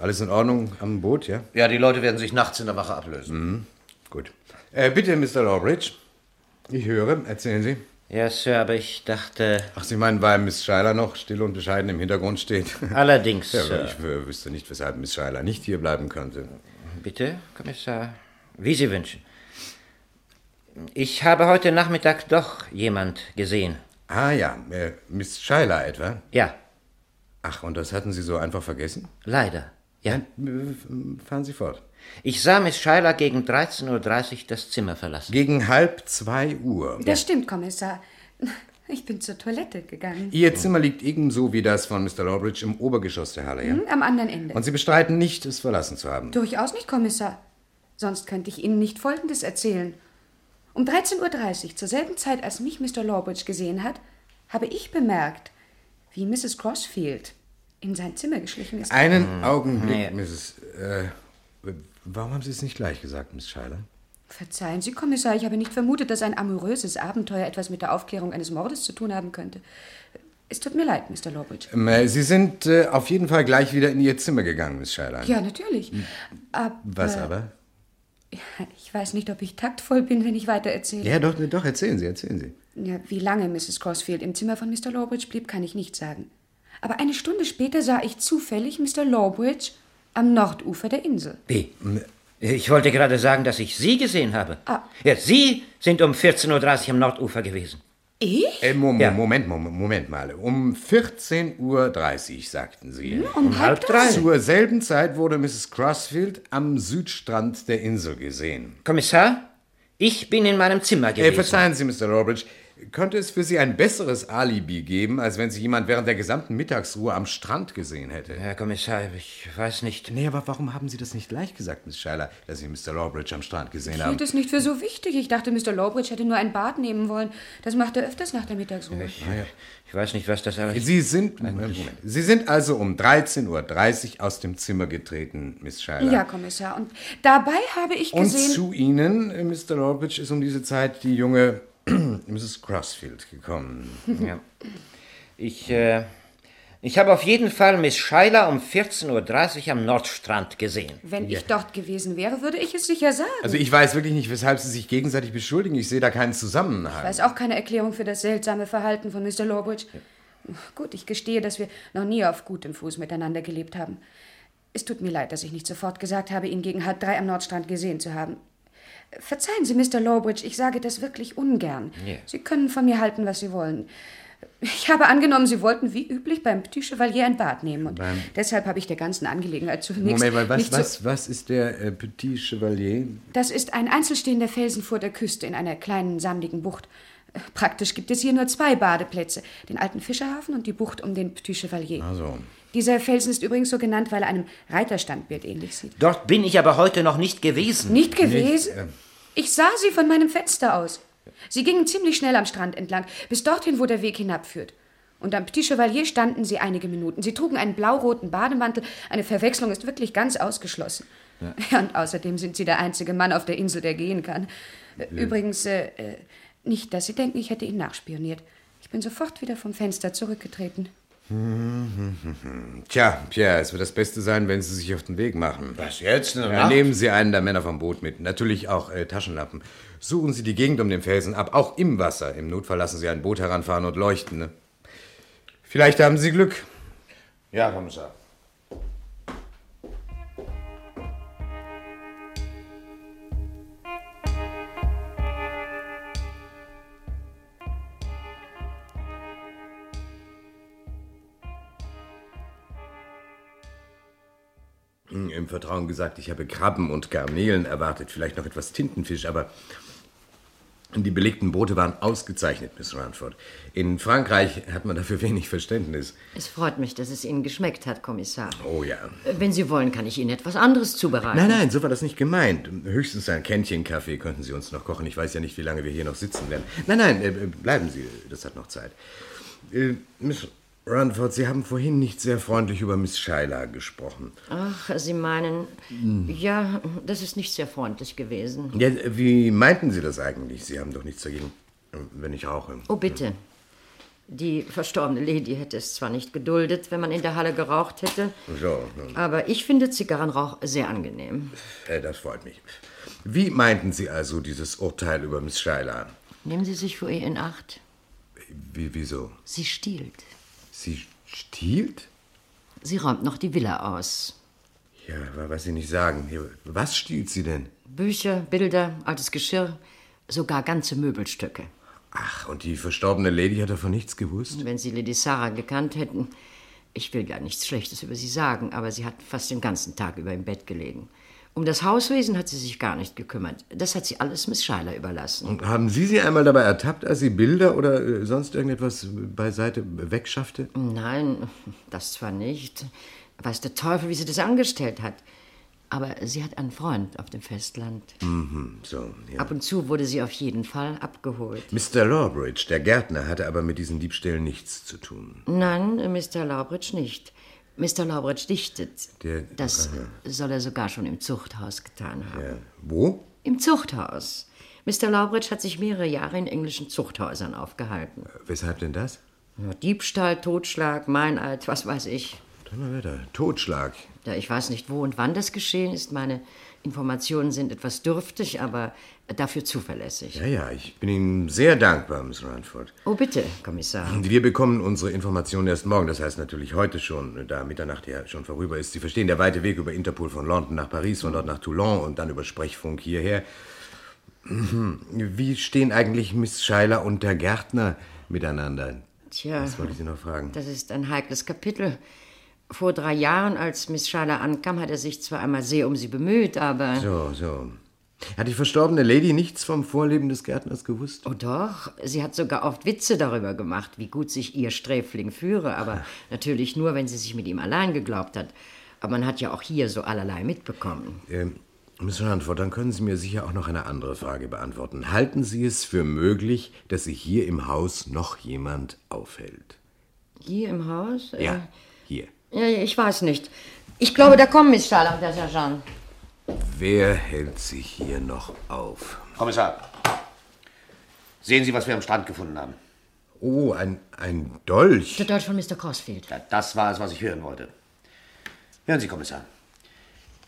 Alles in Ordnung am Boot, ja? Ja, die Leute werden sich nachts in der Wache ablösen. Gut. Äh, bitte, Mr. Lawbridge. Ich höre, erzählen Sie. Ja, Sir, aber ich dachte. Ach, Sie meinen, weil Miss Schuyler noch still und bescheiden im Hintergrund steht? Allerdings, Ja, aber Sir. ich wü- wüsste nicht, weshalb Miss Schuyler nicht hier bleiben könnte. Bitte, Kommissar. Wie Sie wünschen. Ich habe heute Nachmittag doch jemand gesehen. Ah ja, äh, Miss Schuyler etwa? Ja, Ach, und das hatten Sie so einfach vergessen? leider. Ja. Äh, Fahren Sie fort. Ich sah Miss Schuyler gegen 13.30 Uhr das Zimmer verlassen. Gegen halb zwei Uhr. Das stimmt, Kommissar. Ich bin zur Toilette gegangen. Ihr Zimmer liegt ebenso wie das von Mr. Lawbridge im Obergeschoss der Halle, ja? Am anderen Ende. Und Sie bestreiten nicht, es verlassen zu haben. Durchaus nicht, Kommissar. Sonst könnte ich Ihnen nicht Folgendes erzählen. Um 13.30 Uhr, zur selben Zeit, als mich Mr. Lawbridge gesehen hat, habe ich bemerkt, wie Mrs. Crossfield in sein Zimmer geschlichen ist. Einen Augenblick, Mrs. Äh, warum haben Sie es nicht gleich gesagt, Miss Schuyler? Verzeihen Sie, Kommissar, ich habe nicht vermutet, dass ein amoröses Abenteuer etwas mit der Aufklärung eines Mordes zu tun haben könnte. Es tut mir leid, Mr. Lawbridge. Ähm, äh, Sie sind äh, auf jeden Fall gleich wieder in Ihr Zimmer gegangen, Miss Schuyler. Ja, natürlich. Aber hm. Was aber? ich weiß nicht, ob ich taktvoll bin, wenn ich weiter erzähle. Ja, doch, doch, erzählen Sie, erzählen Sie. Ja, wie lange Mrs. Crossfield im Zimmer von Mr. Lawbridge blieb, kann ich nicht sagen. Aber eine Stunde später sah ich zufällig Mr. Lawbridge am Nordufer der Insel. Wie? Ich wollte gerade sagen, dass ich Sie gesehen habe. Ah. Ja, Sie sind um 14.30 Uhr am Nordufer gewesen. Ich? Äh, Moment, Ja. Moment, Moment, Moment mal. Um 14.30 Uhr, sagten Sie. Um, halb drei? Zur selben Zeit wurde Mrs. Crossfield am Südstrand der Insel gesehen. Kommissar, ich bin in meinem Zimmer Äh, gewesen. verzeihen Sie, Mr. Lawbridge, könnte es für Sie ein besseres Alibi geben, als wenn Sie jemand während der gesamten Mittagsruhe am Strand gesehen hätte? Herr Kommissar, ich weiß nicht. Nee, aber warum haben Sie das nicht gleich gesagt, Miss Schuyler, dass Sie Mr. Lawbridge am Strand gesehen Ich haben? hielt es nicht für so wichtig. Ich dachte, Mr. Lawbridge hätte nur ein Bad nehmen wollen. Das macht er öfters nach der Mittagsruhe. Ich weiß nicht, was das alles Sie sind, Moment, Moment. Sie sind also um 13.30 Uhr aus dem Zimmer getreten, Miss Schuyler. Ja, Kommissar. Und dabei habe ich Und gesehen... zu Ihnen, äh, Mr. Lawbridge, ist um diese Zeit die junge Mrs. Crossfield gekommen. Ja. Ich, äh, ich habe auf jeden Fall Miss Schuyler um 14.30 Uhr am Nordstrand gesehen. wenn ich dort gewesen wäre, würde ich es sicher sagen. Also ich weiß wirklich nicht, weshalb Sie sich gegenseitig beschuldigen. Ich sehe da keinen Zusammenhang. Da ist auch keine Erklärung für das seltsame Verhalten von Mr. Lawbridge. Gut, ich gestehe, dass wir noch nie auf gutem Fuß miteinander gelebt haben. Es tut mir leid, dass ich nicht sofort gesagt habe, ihn gegen halb drei am Nordstrand gesehen zu haben. Verzeihen Sie, Mr. Lawbridge, ich sage das wirklich ungern. Sie können von mir halten, was Sie wollen. Ich habe angenommen, Sie wollten wie üblich beim Petit Chevalier ein Bad nehmen. Und deshalb habe ich der ganzen Angelegenheit zunächst Moment mal, was, nicht so... was, was ist der äh, Petit Chevalier? Das ist ein einzelstehender Felsen vor der Küste in einer kleinen, sandigen Bucht. Praktisch gibt es hier nur zwei Badeplätze, den alten Fischerhafen und die Bucht um den Petit Chevalier. Also, Dieser Felsen ist übrigens so genannt, weil er einem Reiterstandbild ähnlich sieht. Dort bin ich aber heute noch nicht gewesen. Hm, Nicht äh. gewesen? Ich sah sie von meinem Fenster aus. Sie gingen ziemlich schnell am Strand entlang, bis dorthin, wo der Weg hinabführt. Und am Petit Chevalier standen sie einige Minuten. Sie trugen einen blau-roten Bademantel. Eine Verwechslung ist wirklich ganz ausgeschlossen. Ja. und außerdem sind sie der einzige Mann auf der Insel, der gehen kann. Äh, Übrigens, äh, äh, nicht, dass Sie denken, ich hätte ihn nachspioniert. Ich bin sofort wieder vom Fenster zurückgetreten. Tja, Pierre, es wird das Beste sein, wenn Sie sich auf den Weg machen. Hm. Was jetzt? Eine Ja, Nacht? nehmen Sie einen der Männer vom Boot mit. Natürlich auch äh, Taschenlampen. Suchen Sie die Gegend um den Felsen ab, auch im Wasser. Im Notfall lassen Sie ein Boot heranfahren und leuchten. Ne? Vielleicht haben Sie Glück. Ja, Kommissar. Hm, Im Vertrauen gesagt, ich habe Krabben und Garnelen erwartet, vielleicht noch etwas Tintenfisch, aber die belegten Boote waren ausgezeichnet, Miss Ranford. In Frankreich hat man dafür wenig Verständnis. Es freut mich, dass es Ihnen geschmeckt hat, Kommissar. Oh ja. Wenn Sie wollen, kann ich Ihnen etwas anderes zubereiten. Nein, nein, so war das nicht gemeint. Höchstens ein Kännchen-Kaffee könnten Sie uns noch kochen. Ich weiß ja nicht, wie lange wir hier noch sitzen werden. Nein, nein, äh, äh, bleiben Sie, das hat noch Zeit. Äh, Miss Ranford, Sie haben vorhin nicht sehr freundlich über Miss Schuyler gesprochen. Ach, Sie meinen, Hm. ja, das ist nicht sehr freundlich gewesen. Ja, äh, wie meinten Sie das eigentlich? Sie haben doch nichts dagegen, äh, wenn ich rauche. Oh, bitte. Die verstorbene Lady hätte es zwar nicht geduldet, wenn man in der Halle geraucht hätte, So, aber ich finde Zigarrenrauch sehr angenehm. äh, das freut mich. Wie meinten Sie also dieses Urteil über Miss Schuyler? Nehmen Sie sich vor ihr in Acht. Wie, wieso? Sie stiehlt. Sie stiehlt? Sie räumt noch die Villa aus. Ja, wa- was Sie nicht sagen. Ja, Was stiehlt sie denn? Bücher, Bilder, altes Geschirr, sogar ganze Möbelstücke. Ach, und die verstorbene Lady hat davon nichts gewusst? Wenn Sie Lady Sarah gekannt hätten, ich will ja nichts Schlechtes über sie sagen, aber sie hat fast den ganzen Tag über im Bett gelegen. Um das Hauswesen hat sie sich gar nicht gekümmert. Das hat sie alles Miss Schuyler überlassen. Und haben Sie sie einmal dabei ertappt, als sie Bilder oder äh, sonst irgendetwas beiseite wegschaffte? Nein, das zwar nicht. Weiß der Teufel, wie sie das angestellt hat. Aber sie hat einen Freund auf dem Festland. Mhm, so, ja. Ab und zu wurde sie auf jeden Fall abgeholt. Mr. Lawbridge, der Gärtner, hatte aber mit diesen Diebstählen nichts zu tun. Nein, Mr. Laubritsch nicht. Mr. Laubritsch dichtet. Der- das soll er sogar schon im Zuchthaus getan haben. Ja. Wo? Im Zuchthaus. Mr. Laubritsch hat sich mehrere Jahre in englischen Zuchthäusern aufgehalten. Äh, Weshalb denn das? Ja, Diebstahl, Totschlag, Meineid, was weiß ich. Donnerwetter, Totschlag. Da ich weiß nicht, wo und wann das geschehen ist. Meine Informationen sind etwas dürftig, aber dafür zuverlässig. Ja, ja, ich bin Ihnen sehr dankbar, Miss Ranford. Oh, bitte, Kommissar. Wir bekommen unsere Informationen erst morgen, das heißt natürlich heute schon, da Mitternacht ja schon vorüber ist. Sie verstehen, der weite Weg über Interpol von London nach Paris, von dort nach Toulon und dann über Sprechfunk hierher. Wie stehen eigentlich Miss Schuyler und der Gärtner miteinander? Tja, Das wollte ich Sie noch fragen. das ist ein heikles Kapitel. Vor drei Jahren, als Miss Schuyler ankam, hat er sich zwar einmal sehr um sie bemüht, aber... So, so. Hat die verstorbene Lady nichts vom Vorleben des Gärtners gewusst? Oh doch, sie hat sogar oft Witze darüber gemacht, wie gut sich ihr Sträfling führe, aber natürlich nur, wenn sie sich mit ihm allein geglaubt hat. Aber man hat ja auch hier so allerlei mitbekommen. Ähm, Miss Ranford, dann können Sie mir sicher auch noch eine andere Frage beantworten. Halten Sie es für möglich, dass sich hier im Haus noch jemand aufhält? Hier im Haus? Äh, Ähm. Ja, hier. ja, ich weiß nicht. Ich glaube, da kommen Miss Schuyler und der Sergeant. Wer hält sich hier noch auf? Kommissar, sehen Sie, was wir am Strand gefunden haben. Oh, ein, ein Dolch. Der Deutsch von Mr. Crossfield. Ja, das war es, was ich hören wollte. Hören Sie, Kommissar.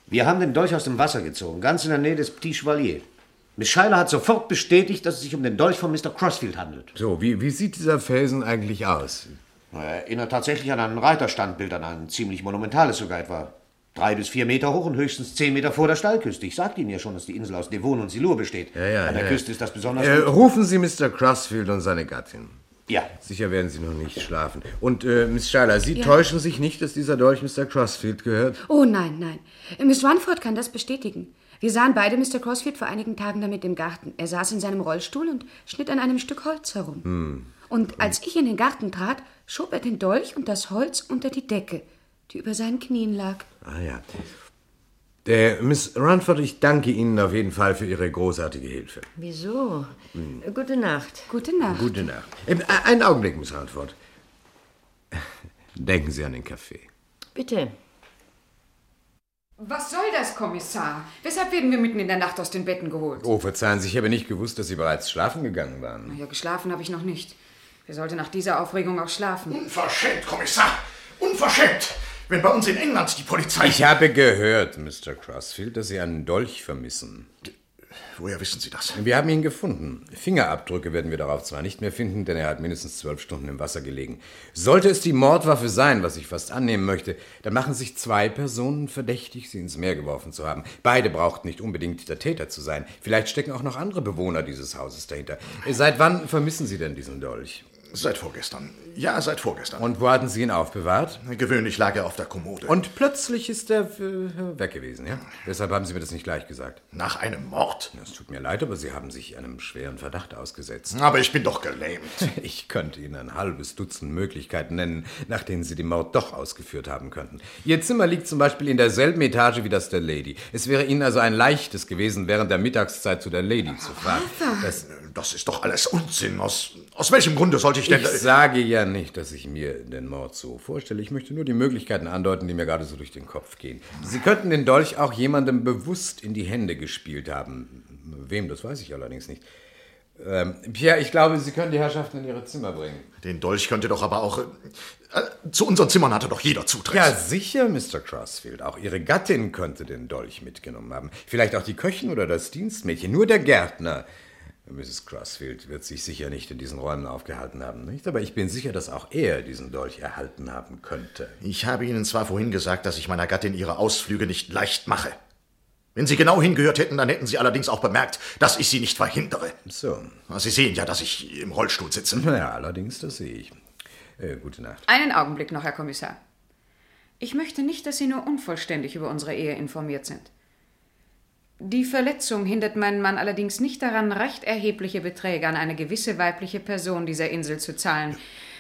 Wir haben den Dolch aus dem Wasser gezogen, ganz in der Nähe des Petit Chevalier. Miss Schuyler hat sofort bestätigt, dass es sich um den Dolch von Mr. Crossfield handelt. So, wie, wie sieht dieser Felsen eigentlich aus? Er erinnert tatsächlich an ein Reiterstandbild, an ein ziemlich monumentales sogar etwa. Drei bis vier Meter hoch und höchstens zehn Meter vor der Steilküste. Ich sagte Ihnen ja schon, dass die Insel aus Devon und Silur besteht. An der Küste ist das besonders Äh, gut. rufen Sie Mr. Crossfield und seine Gattin. Ja, Sicher werden Sie noch nicht schlafen. Und äh, Miss Schuyler, Sie täuschen sich nicht, dass dieser Dolch Mr. Crossfield gehört? Oh nein, nein. Miss Runford kann das bestätigen. Wir sahen beide Mr. Crossfield vor einigen Tagen damit im Garten. Er saß in seinem Rollstuhl und schnitt an einem Stück Holz herum. Und als ich in den Garten trat, schob er den Dolch und das Holz unter die Decke, die über seinen Knien lag. Ah ja. Äh, Miss Ranford, ich danke Ihnen auf jeden Fall für Ihre großartige Hilfe. Wieso? Hm. Äh, Gute Nacht. Gute Nacht. Gute Nacht. Ähm, äh, einen Augenblick, Miss Ranford. Denken Sie an den Kaffee. Bitte. Was soll das, Kommissar? Weshalb werden wir mitten in der Nacht aus den Betten geholt? Oh, verzeihen Sie, ich habe nicht gewusst, dass Sie bereits schlafen gegangen waren. Ja, geschlafen habe ich noch nicht. Er sollte nach dieser Aufregung auch schlafen. Unverschämt, Kommissar! Unverschämt! Wenn bei uns in England die Polizei. Ich habe gehört, Mr. Crossfield, dass Sie einen Dolch vermissen. Woher wissen Sie das? Wir haben ihn gefunden. Fingerabdrücke werden wir darauf zwar nicht mehr finden, denn er hat mindestens zwölf Stunden im Wasser gelegen. Sollte es die Mordwaffe sein, was ich fast annehmen möchte, dann machen sich zwei Personen verdächtig, sie ins Meer geworfen zu haben. Beide brauchten nicht unbedingt der Täter zu sein. Vielleicht stecken auch noch andere Bewohner dieses Hauses dahinter. Seit wann vermissen Sie denn diesen Dolch? Seit vorgestern. Ja, seit vorgestern. Und wo hatten Sie ihn aufbewahrt? Gewöhnlich lag er auf der Kommode. Und plötzlich ist er äh, weg gewesen, ja? Deshalb haben Sie mir das nicht gleich gesagt. Nach einem Mord. Es tut mir leid, aber Sie haben sich einem schweren Verdacht ausgesetzt. Aber ich bin doch gelähmt. Ich könnte Ihnen ein halbes Dutzend Möglichkeiten nennen, nach denen Sie den Mord doch ausgeführt haben könnten. Ihr Zimmer liegt zum Beispiel in derselben Etage wie das der Lady. Es wäre Ihnen also ein leichtes gewesen, während der Mittagszeit zu der Lady zu fahren. Das, Das ist doch alles Unsinn. Aus, aus welchem Grunde sollte ich denn. ich sage ja nicht, dass ich mir den Mord so vorstelle. Ich möchte nur die Möglichkeiten andeuten, die mir gerade so durch den Kopf gehen. Sie könnten den Dolch auch jemandem bewusst in die Hände gespielt haben. Wem, das weiß ich allerdings nicht. Ähm, Pierre, ich glaube, Sie können die Herrschaften in Ihre Zimmer bringen. den Dolch könnte doch aber auch. Äh, zu unseren Zimmern hatte doch jeder Zutritt. Ja, sicher, Mr. Crossfield. Auch Ihre Gattin könnte den Dolch mitgenommen haben. Vielleicht auch die Köchin oder das Dienstmädchen. Nur der Gärtner. Mrs. Crossfield wird sich sicher nicht in diesen Räumen aufgehalten haben, nicht? Aber ich bin sicher, dass auch er diesen Dolch erhalten haben könnte. Ich habe Ihnen zwar vorhin gesagt, dass ich meiner Gattin ihre Ausflüge nicht leicht mache. Wenn Sie genau hingehört hätten, dann hätten Sie allerdings auch bemerkt, dass ich Sie nicht verhindere. So. Sie sehen ja, dass ich im Rollstuhl sitze. Naja, allerdings, das sehe ich. Äh, gute Nacht. Einen Augenblick noch, Herr Kommissar. Ich möchte nicht, dass Sie nur unvollständig über unsere Ehe informiert sind. Die Verletzung hindert meinen Mann allerdings nicht daran, recht erhebliche Beträge an eine gewisse weibliche Person dieser Insel zu zahlen.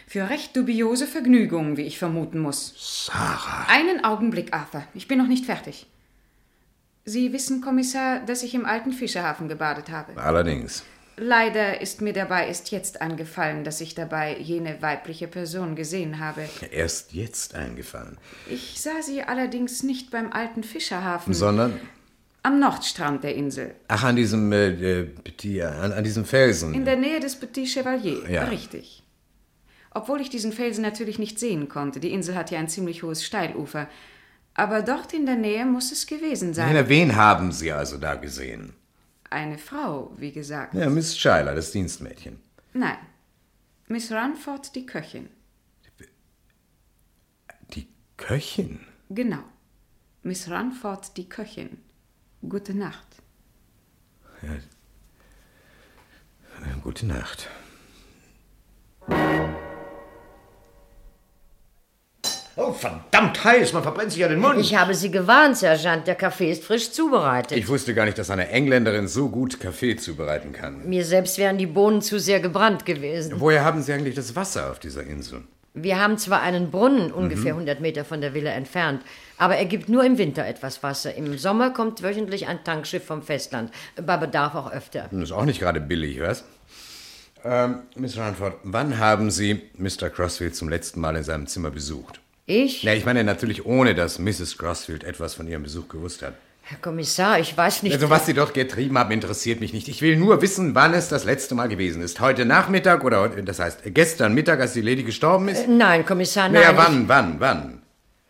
Für recht dubiose Vergnügungen, wie ich vermuten muss. Sarah, Einen Augenblick, Arthur. Ich bin noch nicht fertig. Sie wissen, Kommissar, dass ich im alten Fischerhafen gebadet habe. Allerdings. Leider ist mir dabei erst jetzt angefallen, dass ich dabei jene weibliche Person gesehen habe. Erst jetzt eingefallen. Ich sah sie allerdings nicht beim alten Fischerhafen, Sondern, am Nordstrand der Insel, ach, an diesem, äh, äh, Petit- an, an diesem Felsen. in der Nähe des Petit Chevalier. Ja. Richtig. Obwohl ich diesen Felsen natürlich nicht sehen konnte, die Insel hat ja ein ziemlich hohes Steilufer. Aber dort in der Nähe muss es gewesen sein. Nein, wen haben Sie also da gesehen? Eine Frau, wie gesagt. Ja, Miss Schuyler, das Dienstmädchen. Nein. Miss Ranford, die Köchin. Die Köchin? Genau. Miss Ranford, die Köchin. Gute Nacht. Ja. Äh, Gute Nacht. Oh, verdammt heiß, man verbrennt sich ja den Mund. Ich habe Sie gewarnt, Sergeant. Der Kaffee ist frisch zubereitet. Ich wusste gar nicht, dass eine Engländerin so gut Kaffee zubereiten kann. Mir selbst wären die Bohnen zu sehr gebrannt gewesen. Woher haben Sie eigentlich das Wasser auf dieser Insel? Wir haben zwar einen Brunnen ungefähr Mhm. 100 Meter von der Villa entfernt, aber er gibt nur im Winter etwas Wasser. Im Sommer kommt wöchentlich ein Tankschiff vom Festland, bei Bedarf auch öfter. Das Hm, ist auch nicht gerade billig, was? Ähm, Miss Ranford, wann haben Sie Mr. Crossfield zum letzten Mal in seinem Zimmer besucht? Ich? Ja, ich meine natürlich ohne, dass Mrs. Crossfield etwas von Ihrem Besuch gewusst hat. Herr Kommissar, ich weiß nicht. Also was Sie dort getrieben haben, interessiert mich nicht. Ich will nur wissen, wann es das letzte Mal gewesen ist. Heute Nachmittag oder heute, das heißt gestern Mittag, als die Lady gestorben ist? Nein, Kommissar, Äh, nein. naja, wann, wann, wann?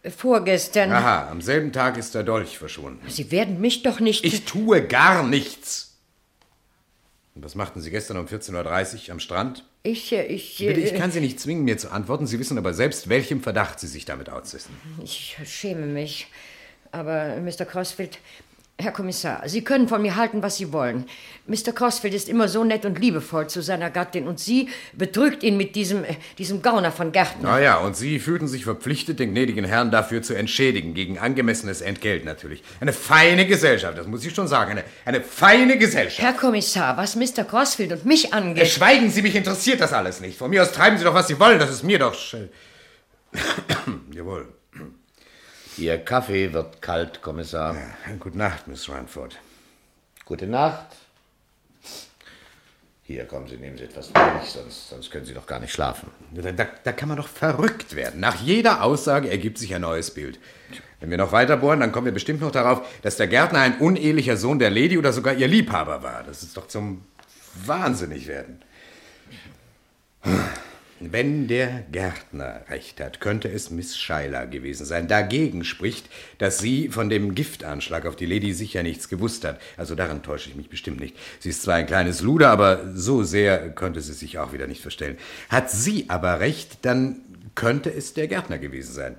Ich, vorgestern. Aha, am selben Tag ist der Dolch verschwunden. Sie werden mich doch nicht. Ich tue gar nichts. Und was machten Sie gestern um 14.30 Uhr am Strand? ich, äh, ich, Bitte, ich äh, kann Sie nicht zwingen, mir zu antworten. Sie wissen aber selbst, welchem Verdacht Sie sich damit aussetzen. Ich schäme mich. Aber Mr. Crossfield, Herr Kommissar, Sie können von mir halten, was Sie wollen. Mr. Crossfield ist immer so nett und liebevoll zu seiner Gattin und Sie betrügt ihn mit diesem, äh, diesem Gauner von Gärtner. Ah ja, und Sie fühlten sich verpflichtet, den gnädigen Herrn dafür zu entschädigen, gegen angemessenes Entgelt natürlich. Eine feine Gesellschaft, das muss ich schon sagen, eine, eine feine Gesellschaft. Herr Kommissar, was Mr. Crossfield und mich Äh, angeht. Schweigen Sie, mich interessiert das alles nicht. Von mir aus treiben Sie doch, was Sie wollen, das ist mir doch... sch- Jawohl. Ihr Kaffee wird kalt, Kommissar. Gute Nacht, Miss Ranford. Gute Nacht. Hier, kommen Sie, nehmen Sie etwas für mich, sonst, sonst können Sie doch gar nicht schlafen. Da, da, da kann man doch verrückt werden. Nach jeder Aussage ergibt sich ein neues Bild. Wenn wir noch weiter bohren, dann kommen wir bestimmt noch darauf, dass der Gärtner ein unehelicher Sohn der Lady oder sogar ihr Liebhaber war. Das ist doch zum Wahnsinnig werden. Wenn der Gärtner recht hat, könnte es Miss Schuyler gewesen sein. Dagegen spricht, dass sie von dem Giftanschlag auf die Lady sicher nichts gewusst hat. Also daran täusche ich mich bestimmt nicht. Sie ist zwar ein kleines Luder, aber so sehr könnte sie sich auch wieder nicht verstellen. Hat sie aber recht, dann könnte es der Gärtner gewesen sein.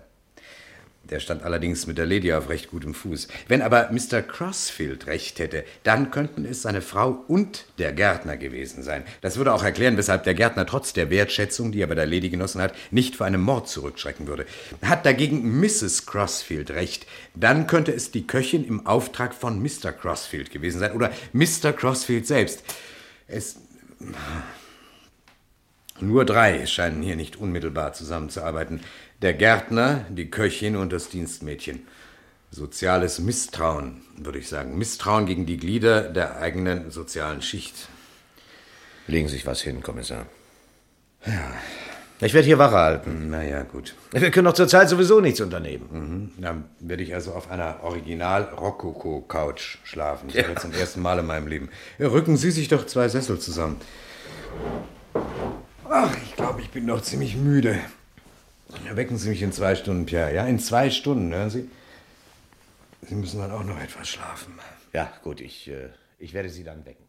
Der stand allerdings mit der Lady auf recht gutem Fuß. Wenn aber Mr. Crossfield recht hätte, dann könnten es seine Frau und der Gärtner gewesen sein. Das würde auch erklären, weshalb der Gärtner trotz der Wertschätzung, die er bei der Lady genossen hat, nicht vor einem Mord zurückschrecken würde. Hat dagegen Mrs. Crossfield recht, dann könnte es die Köchin im Auftrag von Mr. Crossfield gewesen sein oder Mr. Crossfield selbst. Es. Nur drei scheinen hier nicht unmittelbar zusammenzuarbeiten. Der Gärtner, die Köchin und das Dienstmädchen. Soziales Misstrauen, würde ich sagen. Misstrauen gegen die Glieder der eigenen sozialen Schicht. Legen Sie sich was hin, Kommissar. Ich werde hier Wache halten. Naja, gut. Wir können doch zurzeit sowieso nichts unternehmen. Dann werde ich also auf einer Original-Rokoko-Couch schlafen. Ich höre zum ersten Mal in meinem Leben. Rücken Sie sich doch zwei Sessel zusammen. Ach, ich glaube, ich bin doch ziemlich müde. Wecken Sie mich in zwei Stunden, Pierre. Ja, in zwei Stunden, hören Sie? Sie müssen dann auch noch etwas schlafen. Ja, gut, ich, äh, ich werde Sie dann wecken.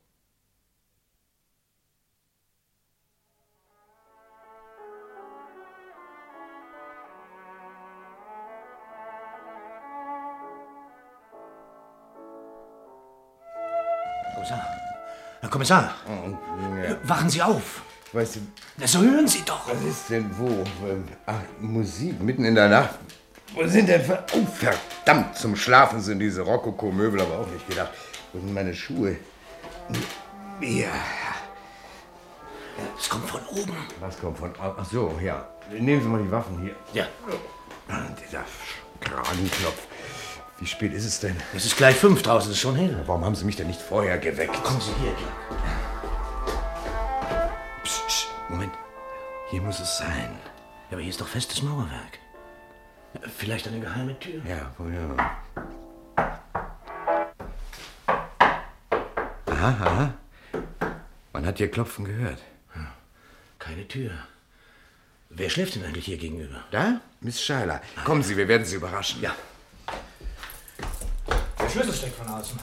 Kommissar. Herr Kommissar, Äh, wachen Sie auf. Weißt du, Na, so hören Sie doch. was ist denn wo? Ähm, Ach, Musik mitten in der Nacht. Wo sind denn... Ver oh, verdammt, zum Schlafen sind diese Rokoko-Möbel aber auch nicht gedacht. Wo sind meine Schuhe? Ja, Es kommt von oben. was kommt von... ah, Ach so, ja. Nehmen Sie mal die Waffen hier. Ja, Ah, Dieser Kragenknopf. Wie spät ist es denn? es ist gleich fünf draußen, es ist schon hell. Warum haben Sie mich denn nicht vorher geweckt? Kommen Sie hier. Psst, psst, Moment. Hier muss es sein. Ja, aber hier ist doch festes Mauerwerk. Vielleicht eine geheime Tür. Ja, wohl ja. Aha, aha. Man hat hier Klopfen gehört. Keine Tür. Wer schläft denn eigentlich hier gegenüber? Ah, Da? Miss Schuyler. Kommen Sie, wir werden Sie überraschen. Ja. Der Schlüssel steckt von außen.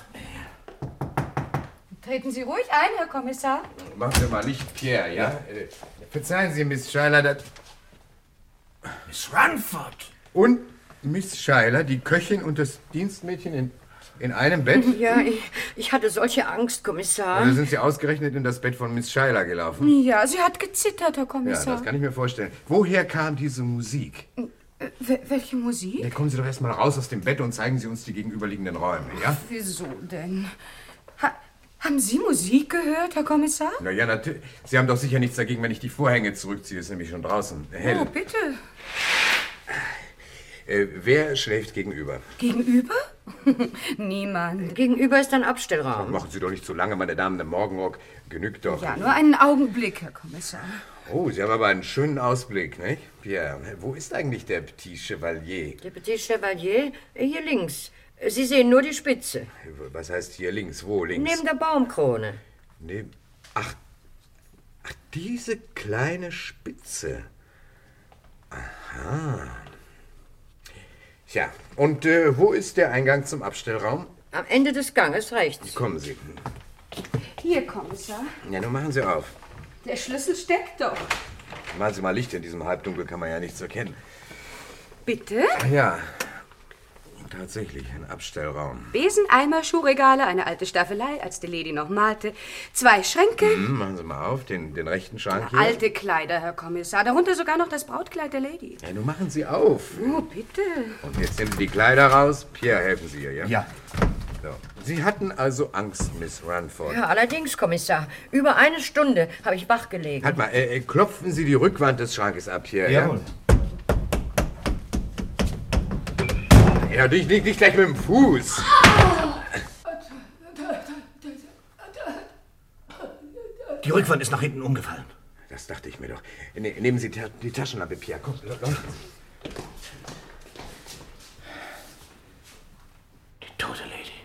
Treten Sie ruhig ein, Herr Kommissar. Machen wir mal Licht, Pierre, ja? Äh, Verzeihen Sie, Miss Schuyler, das... Miss Runford! Und Miss Schuyler, die Köchin und das Dienstmädchen in, in einem Bett? Ja, ich, ich hatte solche Angst, Oder Kommissar. sind Sie ausgerechnet in das Bett von Miss Schuyler gelaufen? Ja, sie hat gezittert, Herr Ja, Kommissar. das kann ich mir vorstellen. Woher kam diese Musik? Äh, wel- welche Musik? Ja, kommen Sie doch erstmal raus aus dem Bett und zeigen Sie uns die gegenüberliegenden Räume, ja? Wieso denn? Ha haben Sie Musik gehört, Herr Kommissar? Na ja, natürlich. Sie haben doch sicher nichts dagegen, wenn ich die Vorhänge zurückziehe. Ist nämlich schon draußen. Oh, Hell. bitte. Äh, wer schläft gegenüber? Gegenüber? Niemand. Gegenüber ist ein Abstellraum. Machen Sie doch nicht zu lange, meine Damen. Der Morgenrock genügt doch. Ja, nur einen Augenblick, Herr Kommissar. Oh, Sie haben aber einen schönen Ausblick, ne? Pierre, wo ist eigentlich der Petit Chevalier? Der Petit Chevalier, äh, hier links. Äh, Sie sehen nur die Spitze. Was heißt hier links? Wo links? Neben der Baumkrone. Neben. Ach, ach, diese kleine Spitze. Aha. Tja, und äh, wo ist der Eingang zum Abstellraum? Am Ende des Ganges rechts. Kommen Sie. Hier, Kommissar. Ja, nun machen Sie auf. Der Schlüssel steckt doch. Machen Sie mal Licht in diesem Halbdunkel, kann man ja nichts erkennen. Bitte? Ja, tatsächlich, ein Abstellraum. Besen, Eimer, Schuhregale, eine alte Staffelei, als die Lady noch malte, zwei Schränke, Mhm. Hm, machen Sie mal auf, den, den rechten Schrank hier. alte Kleider, Herr Kommissar, darunter sogar noch das Brautkleid der Lady. Ja, nun machen Sie auf. Oh, bitte. Und jetzt nehmen Sie die Kleider raus. Pierre, helfen Sie ihr, ja? Ja. So. Sie hatten also Angst, Miss Runford. Ja, allerdings, Kommissar. Über eine Stunde habe ich wach gelegen. Halt mal, äh, äh, klopfen Sie die Rückwand des Schrankes ab hier. Jawohl. Ja, ja nicht, nicht, nicht gleich mit dem Fuß. Die Rückwand ist nach hinten umgefallen. Das dachte ich mir doch. Ne, nehmen Sie ta die Taschenlampe, Pierre. Komm, lo- leuchten Sie. Die tote Lady.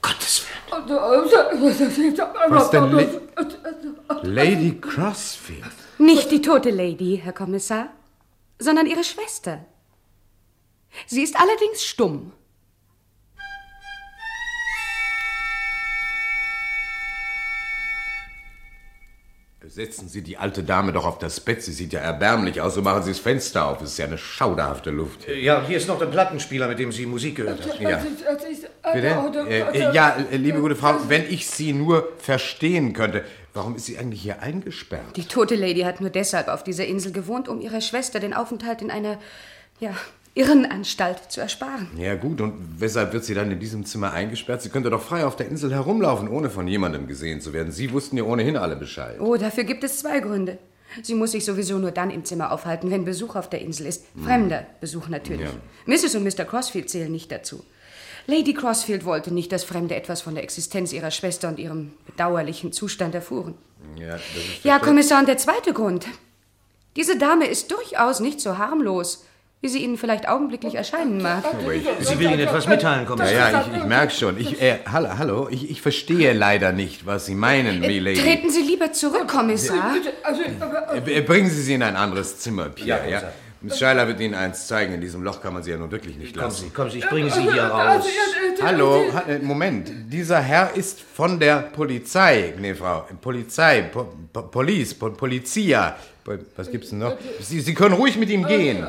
Gottes Willen. Was denn? li- Tod. Lady Crossfield. Nicht die tote Lady, Herr Kommissar, sondern ihre Schwester. Sie ist allerdings stumm. Setzen Sie die alte Dame doch auf das Bett. Sie sieht ja erbärmlich aus. So machen Sie das Fenster auf. Es ist ja eine schauderhafte Luft. Ja, und hier ist noch der Plattenspieler, mit dem Sie Musik gehört haben. Also, Ja. Bitte? Äh, äh, ja, äh, liebe gute Frau, wenn ich Sie nur verstehen könnte, warum ist sie eigentlich hier eingesperrt? Die tote Lady hat nur deshalb auf dieser Insel gewohnt, um ihrer Schwester den Aufenthalt in einer, ja, Irrenanstalt zu ersparen. Ja gut, und weshalb wird sie dann in diesem Zimmer eingesperrt? Sie könnte doch frei auf der Insel herumlaufen, ohne von jemandem gesehen zu werden. Sie wussten ja ohnehin alle Bescheid. Oh, dafür gibt es zwei Gründe. Sie muss sich sowieso nur dann im Zimmer aufhalten, wenn Besuch auf der Insel ist. Hm. Fremder Besuch natürlich. Ja. Mrs. und Mr. Crossfield zählen nicht dazu. Lady Crossfield wollte nicht, dass Fremde etwas von der Existenz ihrer Schwester und ihrem bedauerlichen Zustand erfuhren. Ja, das ist Ja, Kommissar, und der zweite Grund. Diese Dame ist durchaus nicht so harmlos, wie sie Ihnen vielleicht also, augenblicklich erscheinen mag. Sie will Ihnen etwas mitteilen, Kommissar. Ja, ja, ich, ich merke schon. Ich, äh, hallo, hallo. Ich, ich verstehe leider nicht, was Sie meinen, Äh, Milady. Treten Sie lieber zurück, Also, Kommissar. Äh, Bringen Sie sie in ein anderes Zimmer, Pierre. Ja, Miss Scheiler wird Ihnen eins zeigen. In diesem Loch kann man Sie ja nun wirklich nicht lassen. Kommen Sie, kommen Sie, ich bringe also, Sie hier raus. Hallo, ha- äh, Moment. Dieser Herr ist von der Polizei. Nee, Frau. Polizei, po, po, Police, po, Polizia. Po- Was gibt's denn noch? Sie, sie können ruhig mit Äh, also, ihm gehen.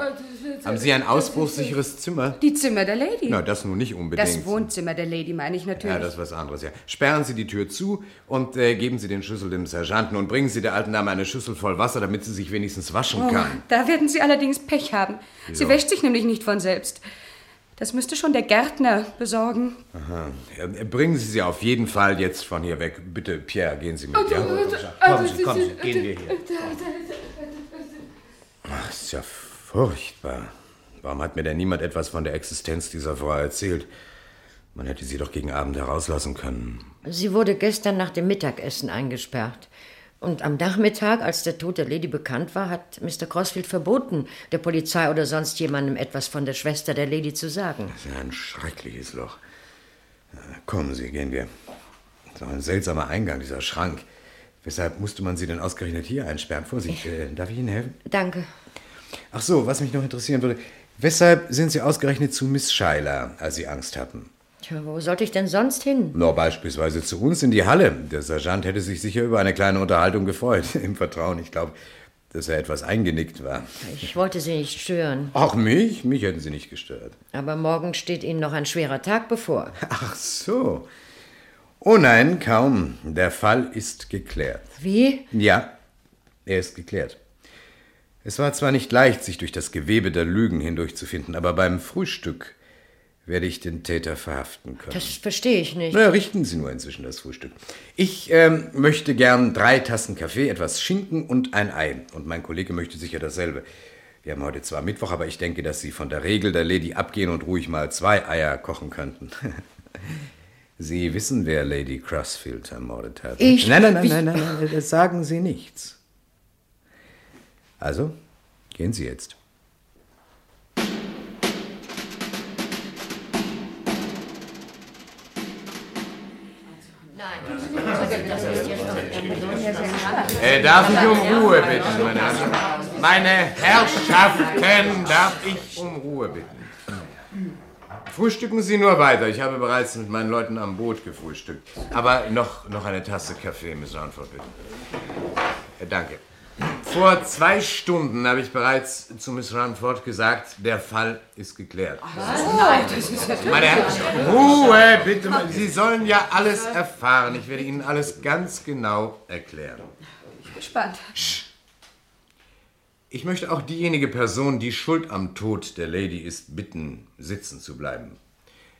Haben Sie ein ausbruchssicheres Zimmer? Die Zimmer der Lady. Na, das nun nicht unbedingt. Das Wohnzimmer der Lady meine ich natürlich. Ja, das ist was anderes, ja. Sperren Sie die Tür zu und äh, geben Sie den Schlüssel dem Sergeanten und bringen Sie der alten Dame eine Schüssel voll Wasser, damit sie sich wenigstens waschen Oh, kann. da werden Sie allerdings Pech haben. Sie Wieso? wäscht sich nämlich nicht von selbst. Das müsste schon der Gärtner besorgen. Aha. Äh, Bringen Sie sie auf jeden Fall jetzt von hier weg. Bitte, Pierre, gehen Sie mit. Also, Ja? äh, also, also, Kommen Sie, kommen Sie, gehen wir hier. hier. Ach, ist ja furchtbar. Warum hat mir denn niemand etwas von der Existenz dieser Frau erzählt? Man hätte sie doch gegen Abend herauslassen können. Sie wurde gestern nach dem Mittagessen eingesperrt. Und am Nachmittag, als der Tod der Lady bekannt war, hat Mr. Crossfield verboten, der Polizei oder sonst jemandem etwas von der Schwester der Lady zu sagen. Das ist ja ein schreckliches Loch. Äh, Kommen Sie, gehen wir. So ein seltsamer Eingang, dieser Schrank. Weshalb musste man Sie denn ausgerechnet hier einsperren? Vorsicht, äh, darf ich Ihnen helfen? Danke. Ach so, was mich noch interessieren würde. Weshalb sind Sie ausgerechnet zu Miss Schuyler, als Sie Angst hatten? Tja, wo sollte ich denn sonst hin? Na, beispielsweise zu uns in die Halle. Der Sergeant hätte sich sicher über eine kleine Unterhaltung gefreut. Im Vertrauen, ich glaube, dass er etwas eingenickt war. Ich wollte Sie nicht stören. Auch mich? Mich hätten Sie nicht gestört. Aber morgen steht Ihnen noch ein schwerer Tag bevor. Ach so. Oh nein, kaum. Der Fall ist geklärt. Wie? Ja, er ist geklärt. Es war zwar nicht leicht, sich durch das Gewebe der Lügen hindurchzufinden, aber beim Frühstück werde ich den Täter verhaften können. Das verstehe ich nicht. Na, richten Sie nur inzwischen das Frühstück. Ich ähm, möchte gern drei Tassen Kaffee, etwas Schinken und ein Ei. Und mein Kollege möchte sicher dasselbe. Wir haben heute zwar Mittwoch, aber ich denke, dass Sie von der Regel der Lady abgehen und ruhig mal zwei Eier kochen könnten. Sie wissen, wer Lady Crossfield ermordet hat. Ich- nein, nein, nein, ich- nein, nein, nein, das sagen Sie nichts. Also, gehen Sie jetzt. Äh, darf ich um Ruhe bitten, meine Herrschaften? Meine Herrschaften, darf ich um Ruhe bitten? Frühstücken Sie nur weiter. Ich habe bereits mit meinen Leuten am Boot gefrühstückt. Aber noch, noch eine Tasse Kaffee, Miss Anford, bitte. Äh, Danke. Vor zwei Stunden habe ich bereits zu Miss Runford gesagt, der Fall ist geklärt. Nein, das ist ja Meine Herren, Ruhe, bitte. mal. Sie sollen ja alles erfahren. Ich werde Ihnen alles ganz genau erklären. Gespannt. Ich möchte auch diejenige Person, die schuld am Tod der Lady ist, bitten, sitzen zu bleiben.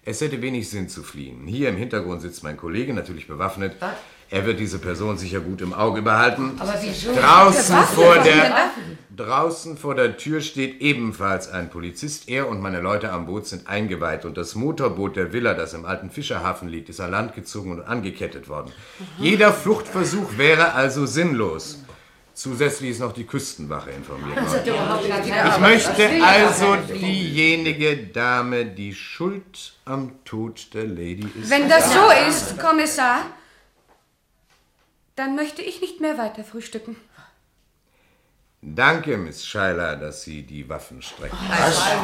Es hätte wenig Sinn zu fliehen. Hier im Hintergrund sitzt mein Kollege, natürlich bewaffnet. Was? Er wird diese Person sicher gut im Auge behalten. Aber wieso? Draußen Bewaffnet? vor Was sind denn der Waffen? draußen vor der Tür steht ebenfalls ein Polizist. Er und meine Leute am Boot sind eingeweiht und das Motorboot der Villa, das im alten Fischerhafen liegt, ist an Land gezogen und angekettet worden. Jeder Fluchtversuch wäre also sinnlos. Zusätzlich ist noch die Küstenwache informiert Also, Das hat ja überhaupt gar keine ich Arbeit. möchte Das will ja also gar nicht. diejenige Dame, die schuld am Tod der Lady ist. Wenn das so ist, Kommissar, Dann möchte ich nicht mehr weiter frühstücken. Danke, Miss Scheiler, dass Sie die Waffen strecken. Oh,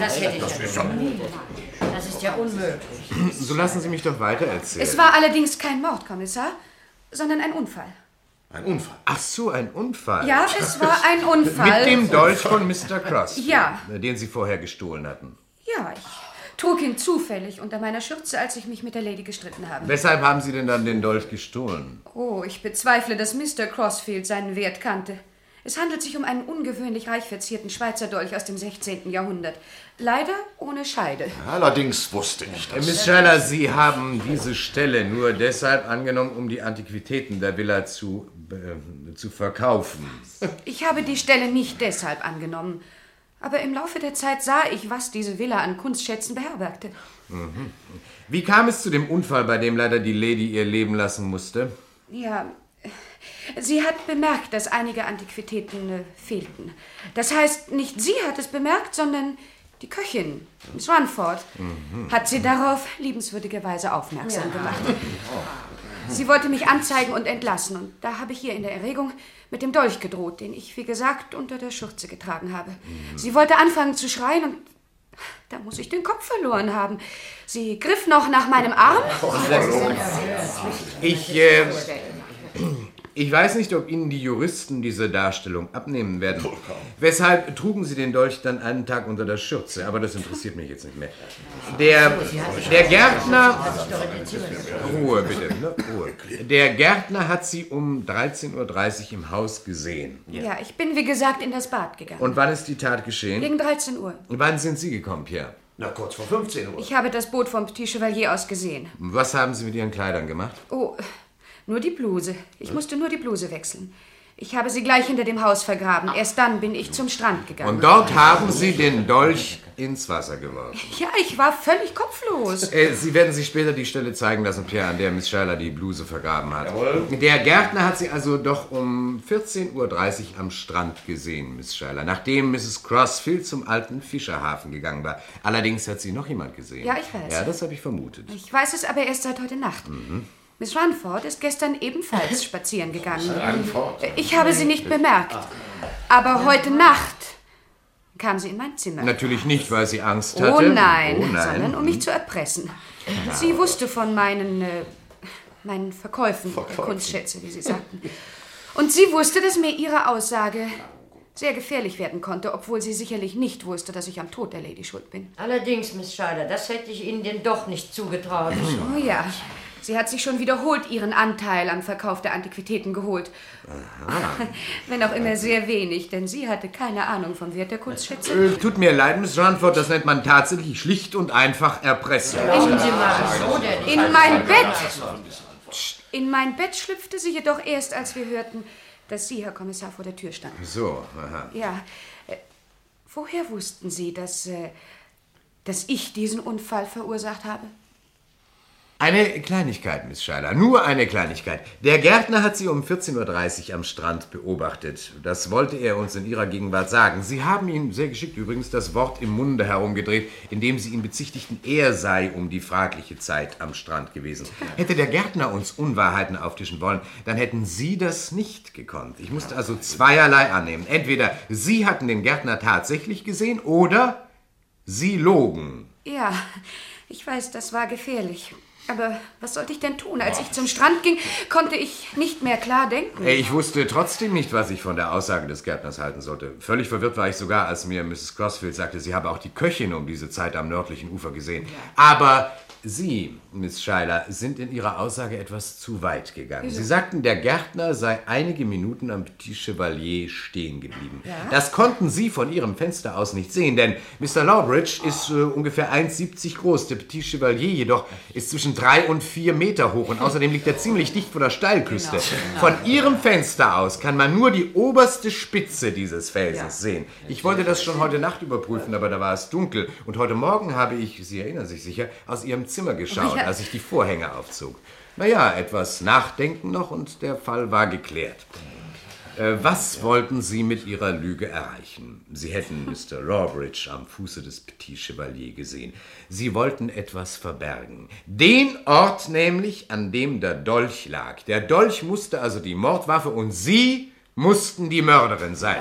Das hätte ich ja nie gemacht. Das ist ja unmöglich. So Also lassen Sie mich doch weiter erzählen. Es war allerdings kein Mord, Kommissar, sondern ein Unfall. ein Unfall. Ach so, ein Unfall. Ja, es war ein Unfall. Also. Mit dem Dolch von Mr. Cross. Ja. Den Sie vorher gestohlen hatten. Ja, ich trug ihn zufällig unter meiner Schürze, als ich mich mit der Lady gestritten habe. Weshalb haben Sie denn dann den Dolch gestohlen? Oh, ich bezweifle, dass Mr. Crossfield seinen Wert kannte. Es handelt sich um einen ungewöhnlich reich verzierten Schweizer Dolch aus dem 16. Jahrhundert. Leider ohne Scheide. Allerdings wusste ich Äh, das. Miss Scheiler, Sie haben diese Stelle nur deshalb angenommen, um die Antiquitäten der Villa zu, äh, zu verkaufen. Ich habe die Stelle nicht deshalb angenommen. Aber im Laufe der Zeit sah ich, was diese Villa an Kunstschätzen beherbergte. Mhm. Wie kam es zu dem Unfall, bei dem leider die Lady ihr Leben lassen musste? Ja, sie hat bemerkt, dass einige Antiquitäten äh, fehlten. Das heißt, nicht sie hat es bemerkt, sondern die Köchin, Swanford, hat sie darauf liebenswürdigerweise aufmerksam gemacht. Sie wollte mich anzeigen und entlassen, und da habe ich ihr in der Erregung mit dem Dolch gedroht, den ich, wie gesagt, unter der Schürze getragen habe. Sie wollte anfangen zu schreien, und da muss ich den Kopf verloren haben. Sie griff noch nach meinem Arm. Ich, äh, ich weiß nicht, ob Ihnen die Juristen diese Darstellung abnehmen werden. Weshalb trugen Sie den Dolch dann einen Tag unter der Schürze? Aber das interessiert mich jetzt nicht mehr. Der, der Gärtner... Ruhe bitte, ne? Ruhe. Der Gärtner hat Sie um 13.30 Uhr im Haus gesehen. Ja, ich bin, wie gesagt, in das Bad gegangen. Und wann ist die Tat geschehen? Gegen 13 Uhr. Wann sind Sie gekommen, Pierre? Na, kurz vor 15 Ich habe das Boot vom Petit Chevalier aus gesehen. Was haben Sie mit Ihren Kleidern gemacht? Oh, nur die Bluse. Ich musste nur die Bluse wechseln. Ich habe sie gleich hinter dem Haus vergraben. Erst dann bin ich zum Strand gegangen. Und dort haben Sie den Dolch ins Wasser geworfen. Ja, ich war völlig kopflos. Äh, Sie werden sich später die Stelle zeigen lassen, Pierre, an der Miss Scheiler die Bluse vergraben hat. Der Gärtner hat Sie also doch um 14.30 Uhr am Strand gesehen, Miss Scheiler, nachdem Mrs. Crossfield zum alten Fischerhafen gegangen war. Allerdings hat Sie noch jemand gesehen. Ja, ich weiß. Ja, das habe ich vermutet. Ich weiß es aber erst seit heute Nacht. Mhm. Miss Runford ist gestern ebenfalls spazieren gegangen. Runford? Ich habe sie nicht bemerkt. Aber heute Nacht kam sie in mein Zimmer. Natürlich nicht, weil sie Angst hatte. Oh nein, Oh nein. sondern um mich zu erpressen. Ja. Sie wusste von meinen, äh, meinen Verkäufen, äh, Kunstschätze, wie Sie sagten. Und sie wusste, dass mir ihre Aussage sehr gefährlich werden konnte, obwohl sie sicherlich nicht wusste, dass ich am Tod der Lady schuld bin. Allerdings, Miss Scheider, das hätte ich Ihnen denn doch nicht zugetraut. Oh ja, sie hat sich schon wiederholt ihren Anteil am Verkauf der Antiquitäten geholt. Wenn auch immer sehr wenig, denn sie hatte keine Ahnung vom Wert der Äh, Kunstschätze. Tut mir leid, Miss Runford, das nennt man tatsächlich schlicht und einfach Erpressung. Glauben Sie In mein Bett! In mein Bett schlüpfte sie jedoch erst, als wir hörten, dass Sie, Herr Kommissar, vor der Tür standen. So, aha. Ja. äh, Woher wussten Sie, dass, äh, dass ich diesen Unfall verursacht habe? Eine Kleinigkeit, Miss Scheiler, nur eine Kleinigkeit. Der Gärtner hat Sie um 14.30 Uhr am Strand beobachtet. Das wollte er uns in Ihrer Gegenwart sagen. Sie haben ihm sehr geschickt übrigens das Wort im Munde herumgedreht, indem Sie ihn bezichtigten, er sei um die fragliche Zeit am Strand gewesen. Hätte der Gärtner uns Unwahrheiten auftischen wollen, dann hätten Sie das nicht gekonnt. Ich musste also zweierlei annehmen. Entweder Sie hatten den Gärtner tatsächlich gesehen oder Sie logen. Ja, ich weiß, das war gefährlich. Aber was sollte ich denn tun? Als ich zum Strand ging, konnte ich nicht mehr klar denken. Hm. Äh, Ich wusste trotzdem nicht, was ich von der Aussage des Gärtners halten sollte. Völlig verwirrt war ich sogar, als mir Mrs. Crossfield sagte, sie habe auch die Köchin um diese Zeit am nördlichen Ufer gesehen. Aber Sie, Miss Scheiler, sind in Ihrer Aussage etwas zu weit gegangen. Wieso? Sie sagten, der Gärtner sei einige Minuten am Petit Chevalier stehen geblieben. Ja? Das konnten Sie von Ihrem Fenster aus nicht sehen, denn Mr. Lawbridge ist äh, ungefähr 1,70 groß. Der Petit Chevalier jedoch ist zwischen 3 und 4 Meter hoch und außerdem liegt er ziemlich dicht vor der Steilküste. Genau. Von Ihrem Fenster aus kann man nur die oberste Spitze dieses Felsens sehen. Ich wollte das schon heute Nacht überprüfen, aber da war es dunkel. Und heute Morgen habe ich, Sie erinnern sich sicher, aus Ihrem Zimmer geschaut, Ja. als ich die Vorhänge aufzog. Naja, etwas Nachdenken noch und der Fall war geklärt. Äh, Was wollten Sie mit Ihrer Lüge erreichen? Sie hätten Mr. Lawbridge am Fuße des Petit Chevalier gesehen. Sie wollten etwas verbergen. Den Ort nämlich, an dem der Dolch lag. Der Dolch musste also die Mordwaffe und Sie mussten die Mörderin sein.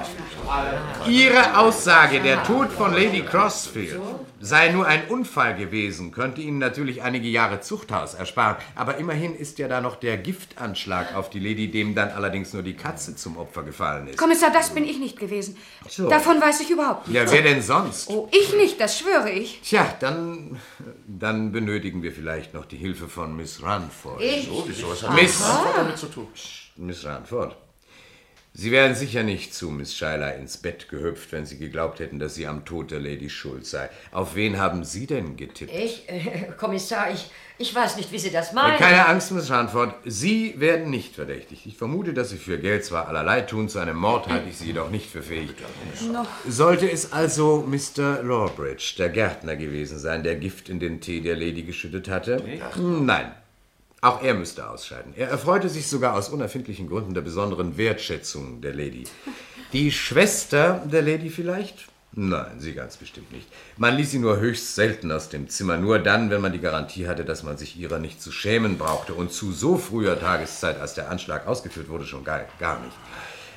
Ihre Aussage, der Tod von Lady Crossfield sei nur ein Unfall gewesen, könnte Ihnen natürlich einige Jahre Zuchthaus ersparen. Aber immerhin ist ja da noch der Giftanschlag auf die Lady, dem dann allerdings nur die Katze zum Opfer gefallen ist. Kommissar, das bin ich nicht gewesen. So. Davon weiß ich überhaupt Ja, nichts. wer denn sonst? Oh, ich nicht, das schwöre ich. Tja, dann, dann benötigen wir vielleicht noch die Hilfe von Miss Runford. Ich? Wieso? Wieso? Was hat Miss, Miss Runford damit zu tun? Miss Ranford. Sie wären sicher nicht zu Miss Schuyler ins Bett gehüpft, wenn Sie geglaubt hätten, dass sie am Tod der Lady schuld sei. Auf wen haben Sie denn getippt? Ich, äh, Kommissar, ich, ich weiß nicht, wie Sie das meinen. Keine Angst, Miss Ranford. Sie werden nicht verdächtigt. Ich vermute, dass Sie für Geld zwar allerlei tun, zu einem Mord halte ich Sie jedoch nicht für fähig. Noch. Sollte es also Mr. Lawbridge, der Gärtner, gewesen sein, der Gift in den Tee der Lady geschüttet hatte? Nein. Auch er müsste ausscheiden. Er erfreute sich sogar aus unerfindlichen Gründen der besonderen Wertschätzung der Lady. Die Schwester der Lady vielleicht? Nein, sie ganz bestimmt nicht. Man ließ sie nur höchst selten aus dem Zimmer, nur dann, wenn man die Garantie hatte, dass man sich ihrer nicht zu schämen brauchte und zu so früher Tageszeit, als der Anschlag ausgeführt wurde, schon gar, gar nicht.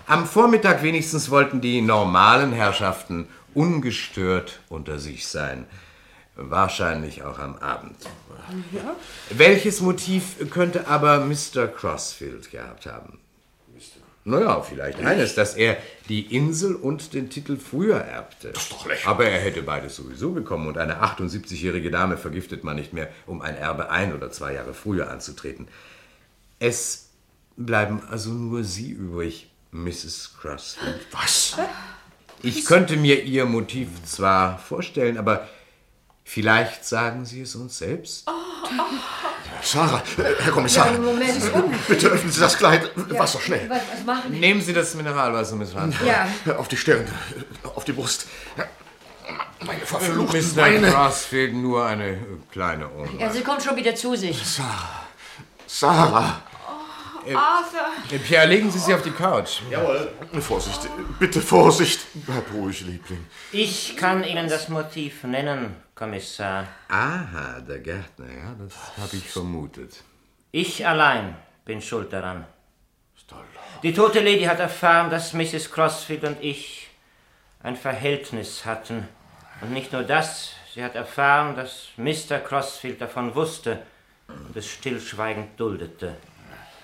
Am Vormittag wenigstens wollten die normalen Herrschaften ungestört unter sich sein. Wahrscheinlich auch am Abend. Ja. Welches Motiv könnte aber Mr. Crossfield gehabt haben? Naja, vielleicht eines, dass er die Insel und den Titel früher erbte. Das ist doch lächerlich. Aber er hätte beides sowieso bekommen und eine 78-jährige Dame vergiftet man nicht mehr, um ein Erbe ein oder zwei Jahre früher anzutreten. Es bleiben also nur Sie übrig, Mrs. Crossfield. Was? Ich könnte mir Ihr Motiv zwar vorstellen, aber vielleicht sagen Sie es uns selbst. Oh, Sarah, äh, Herr Kommissar, Ja, Moment. äh, bitte öffnen Sie das Kleid. Ja, Wasser schnell. Was, was machen wir? Nehmen Sie das Mineralwasser, Miss Ranford. Ja. Auf die Stirn, äh, auf die Brust. Meine verfluchten Mr. Beine. Crossfield nur eine äh, kleine Ohnmacht. Ja, sie kommt schon wieder zu sich. Sarah! Äh, Arthur! äh, Pierre, legen Sie sie auf die Couch. Jawohl. Vorsicht, bitte Vorsicht. Bleib ruhig, Liebling. Ich kann Ihnen das Motiv nennen, Kommissar. Aha, der Gärtner, ja, das habe ich vermutet. Ich allein bin schuld daran. Die tote Lady hat erfahren, dass Mrs. Crossfield und ich ein Verhältnis hatten. Und nicht nur das, sie hat erfahren, dass Mr. Crossfield davon wusste und es stillschweigend duldete.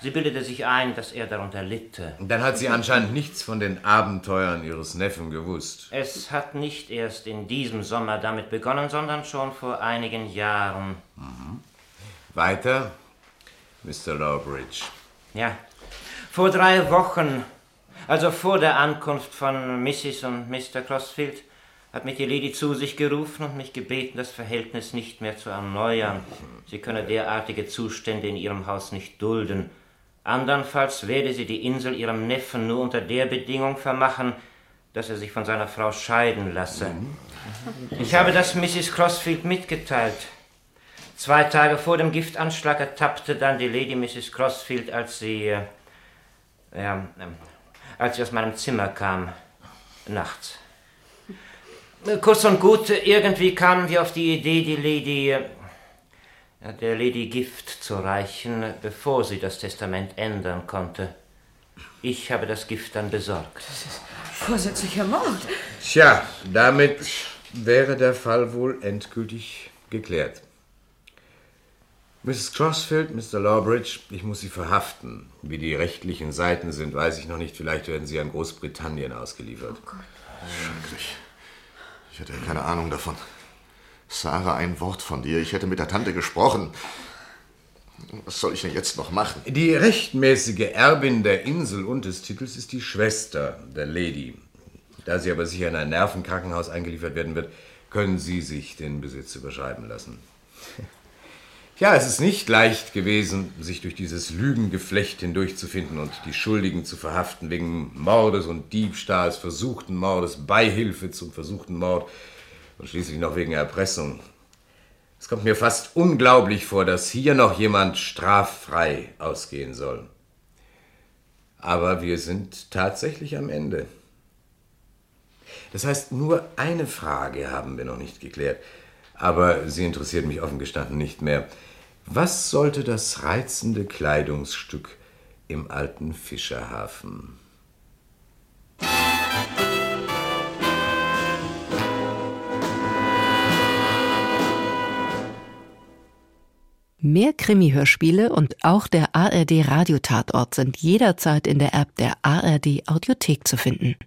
Sie bildete sich ein, dass er darunter litte. Dann hat sie anscheinend nichts von den Abenteuern ihres Neffen gewusst. Es hat nicht erst in diesem Sommer damit begonnen, sondern schon vor einigen Jahren. Weiter, Mr. Lawbridge. Ja, vor drei Wochen, also vor der Ankunft von Mrs. und Mr. Crossfield, hat mich die Lady zu sich gerufen und mich gebeten, das Verhältnis nicht mehr zu erneuern. Sie könne derartige Zustände in ihrem Haus nicht dulden. Andernfalls werde sie die Insel ihrem Neffen nur unter der Bedingung vermachen, dass er sich von seiner Frau scheiden lasse. Ich habe das Mrs. Crossfield mitgeteilt. Zwei Tage vor dem Giftanschlag ertappte dann die Lady Mrs. Crossfield, als sie, äh, ja, ähm, als sie aus meinem Zimmer kam, nachts. Äh, Kurz und gut, äh, irgendwie kamen wir auf die Idee, die Lady, äh, ja, der Lady Gift zu reichen, äh, bevor sie das Testament ändern konnte. Ich habe das Gift dann besorgt. Vorsätzlicher Mord. Tja, damit wäre der Fall wohl endgültig geklärt. Mrs. Crossfield, Mr. Lawbridge, ich muss Sie verhaften. Wie die rechtlichen Seiten sind, weiß ich noch nicht. Vielleicht werden Sie an Großbritannien ausgeliefert. Schrecklich. Ich hatte ja keine Ahnung davon. Sarah, ein Wort von dir. Ich hätte mit der Tante gesprochen. Was soll ich denn jetzt noch machen? Die rechtmäßige Erbin der Insel und des Titels ist die Schwester der Lady. Da sie aber sicher in ein Nervenkrankenhaus eingeliefert werden wird, können Sie sich den Besitz überschreiben lassen. Ja, es ist nicht leicht gewesen, sich durch dieses Lügengeflecht hindurchzufinden und die Schuldigen zu verhaften wegen Mordes und Diebstahls, versuchten Mordes, Beihilfe zum versuchten Mord und schließlich noch wegen Erpressung. Es kommt mir fast unglaublich vor, dass hier noch jemand straffrei ausgehen soll. Aber wir sind tatsächlich am Ende. Das heißt, nur eine Frage haben wir noch nicht geklärt. Aber sie interessiert mich offen gestanden nicht mehr. Was sollte das reizende Kleidungsstück im alten Fischerhafen? Mehr Krimi-Hörspiele und auch der ARD-Radiotatort sind jederzeit in der App der ARD-Audiothek zu finden.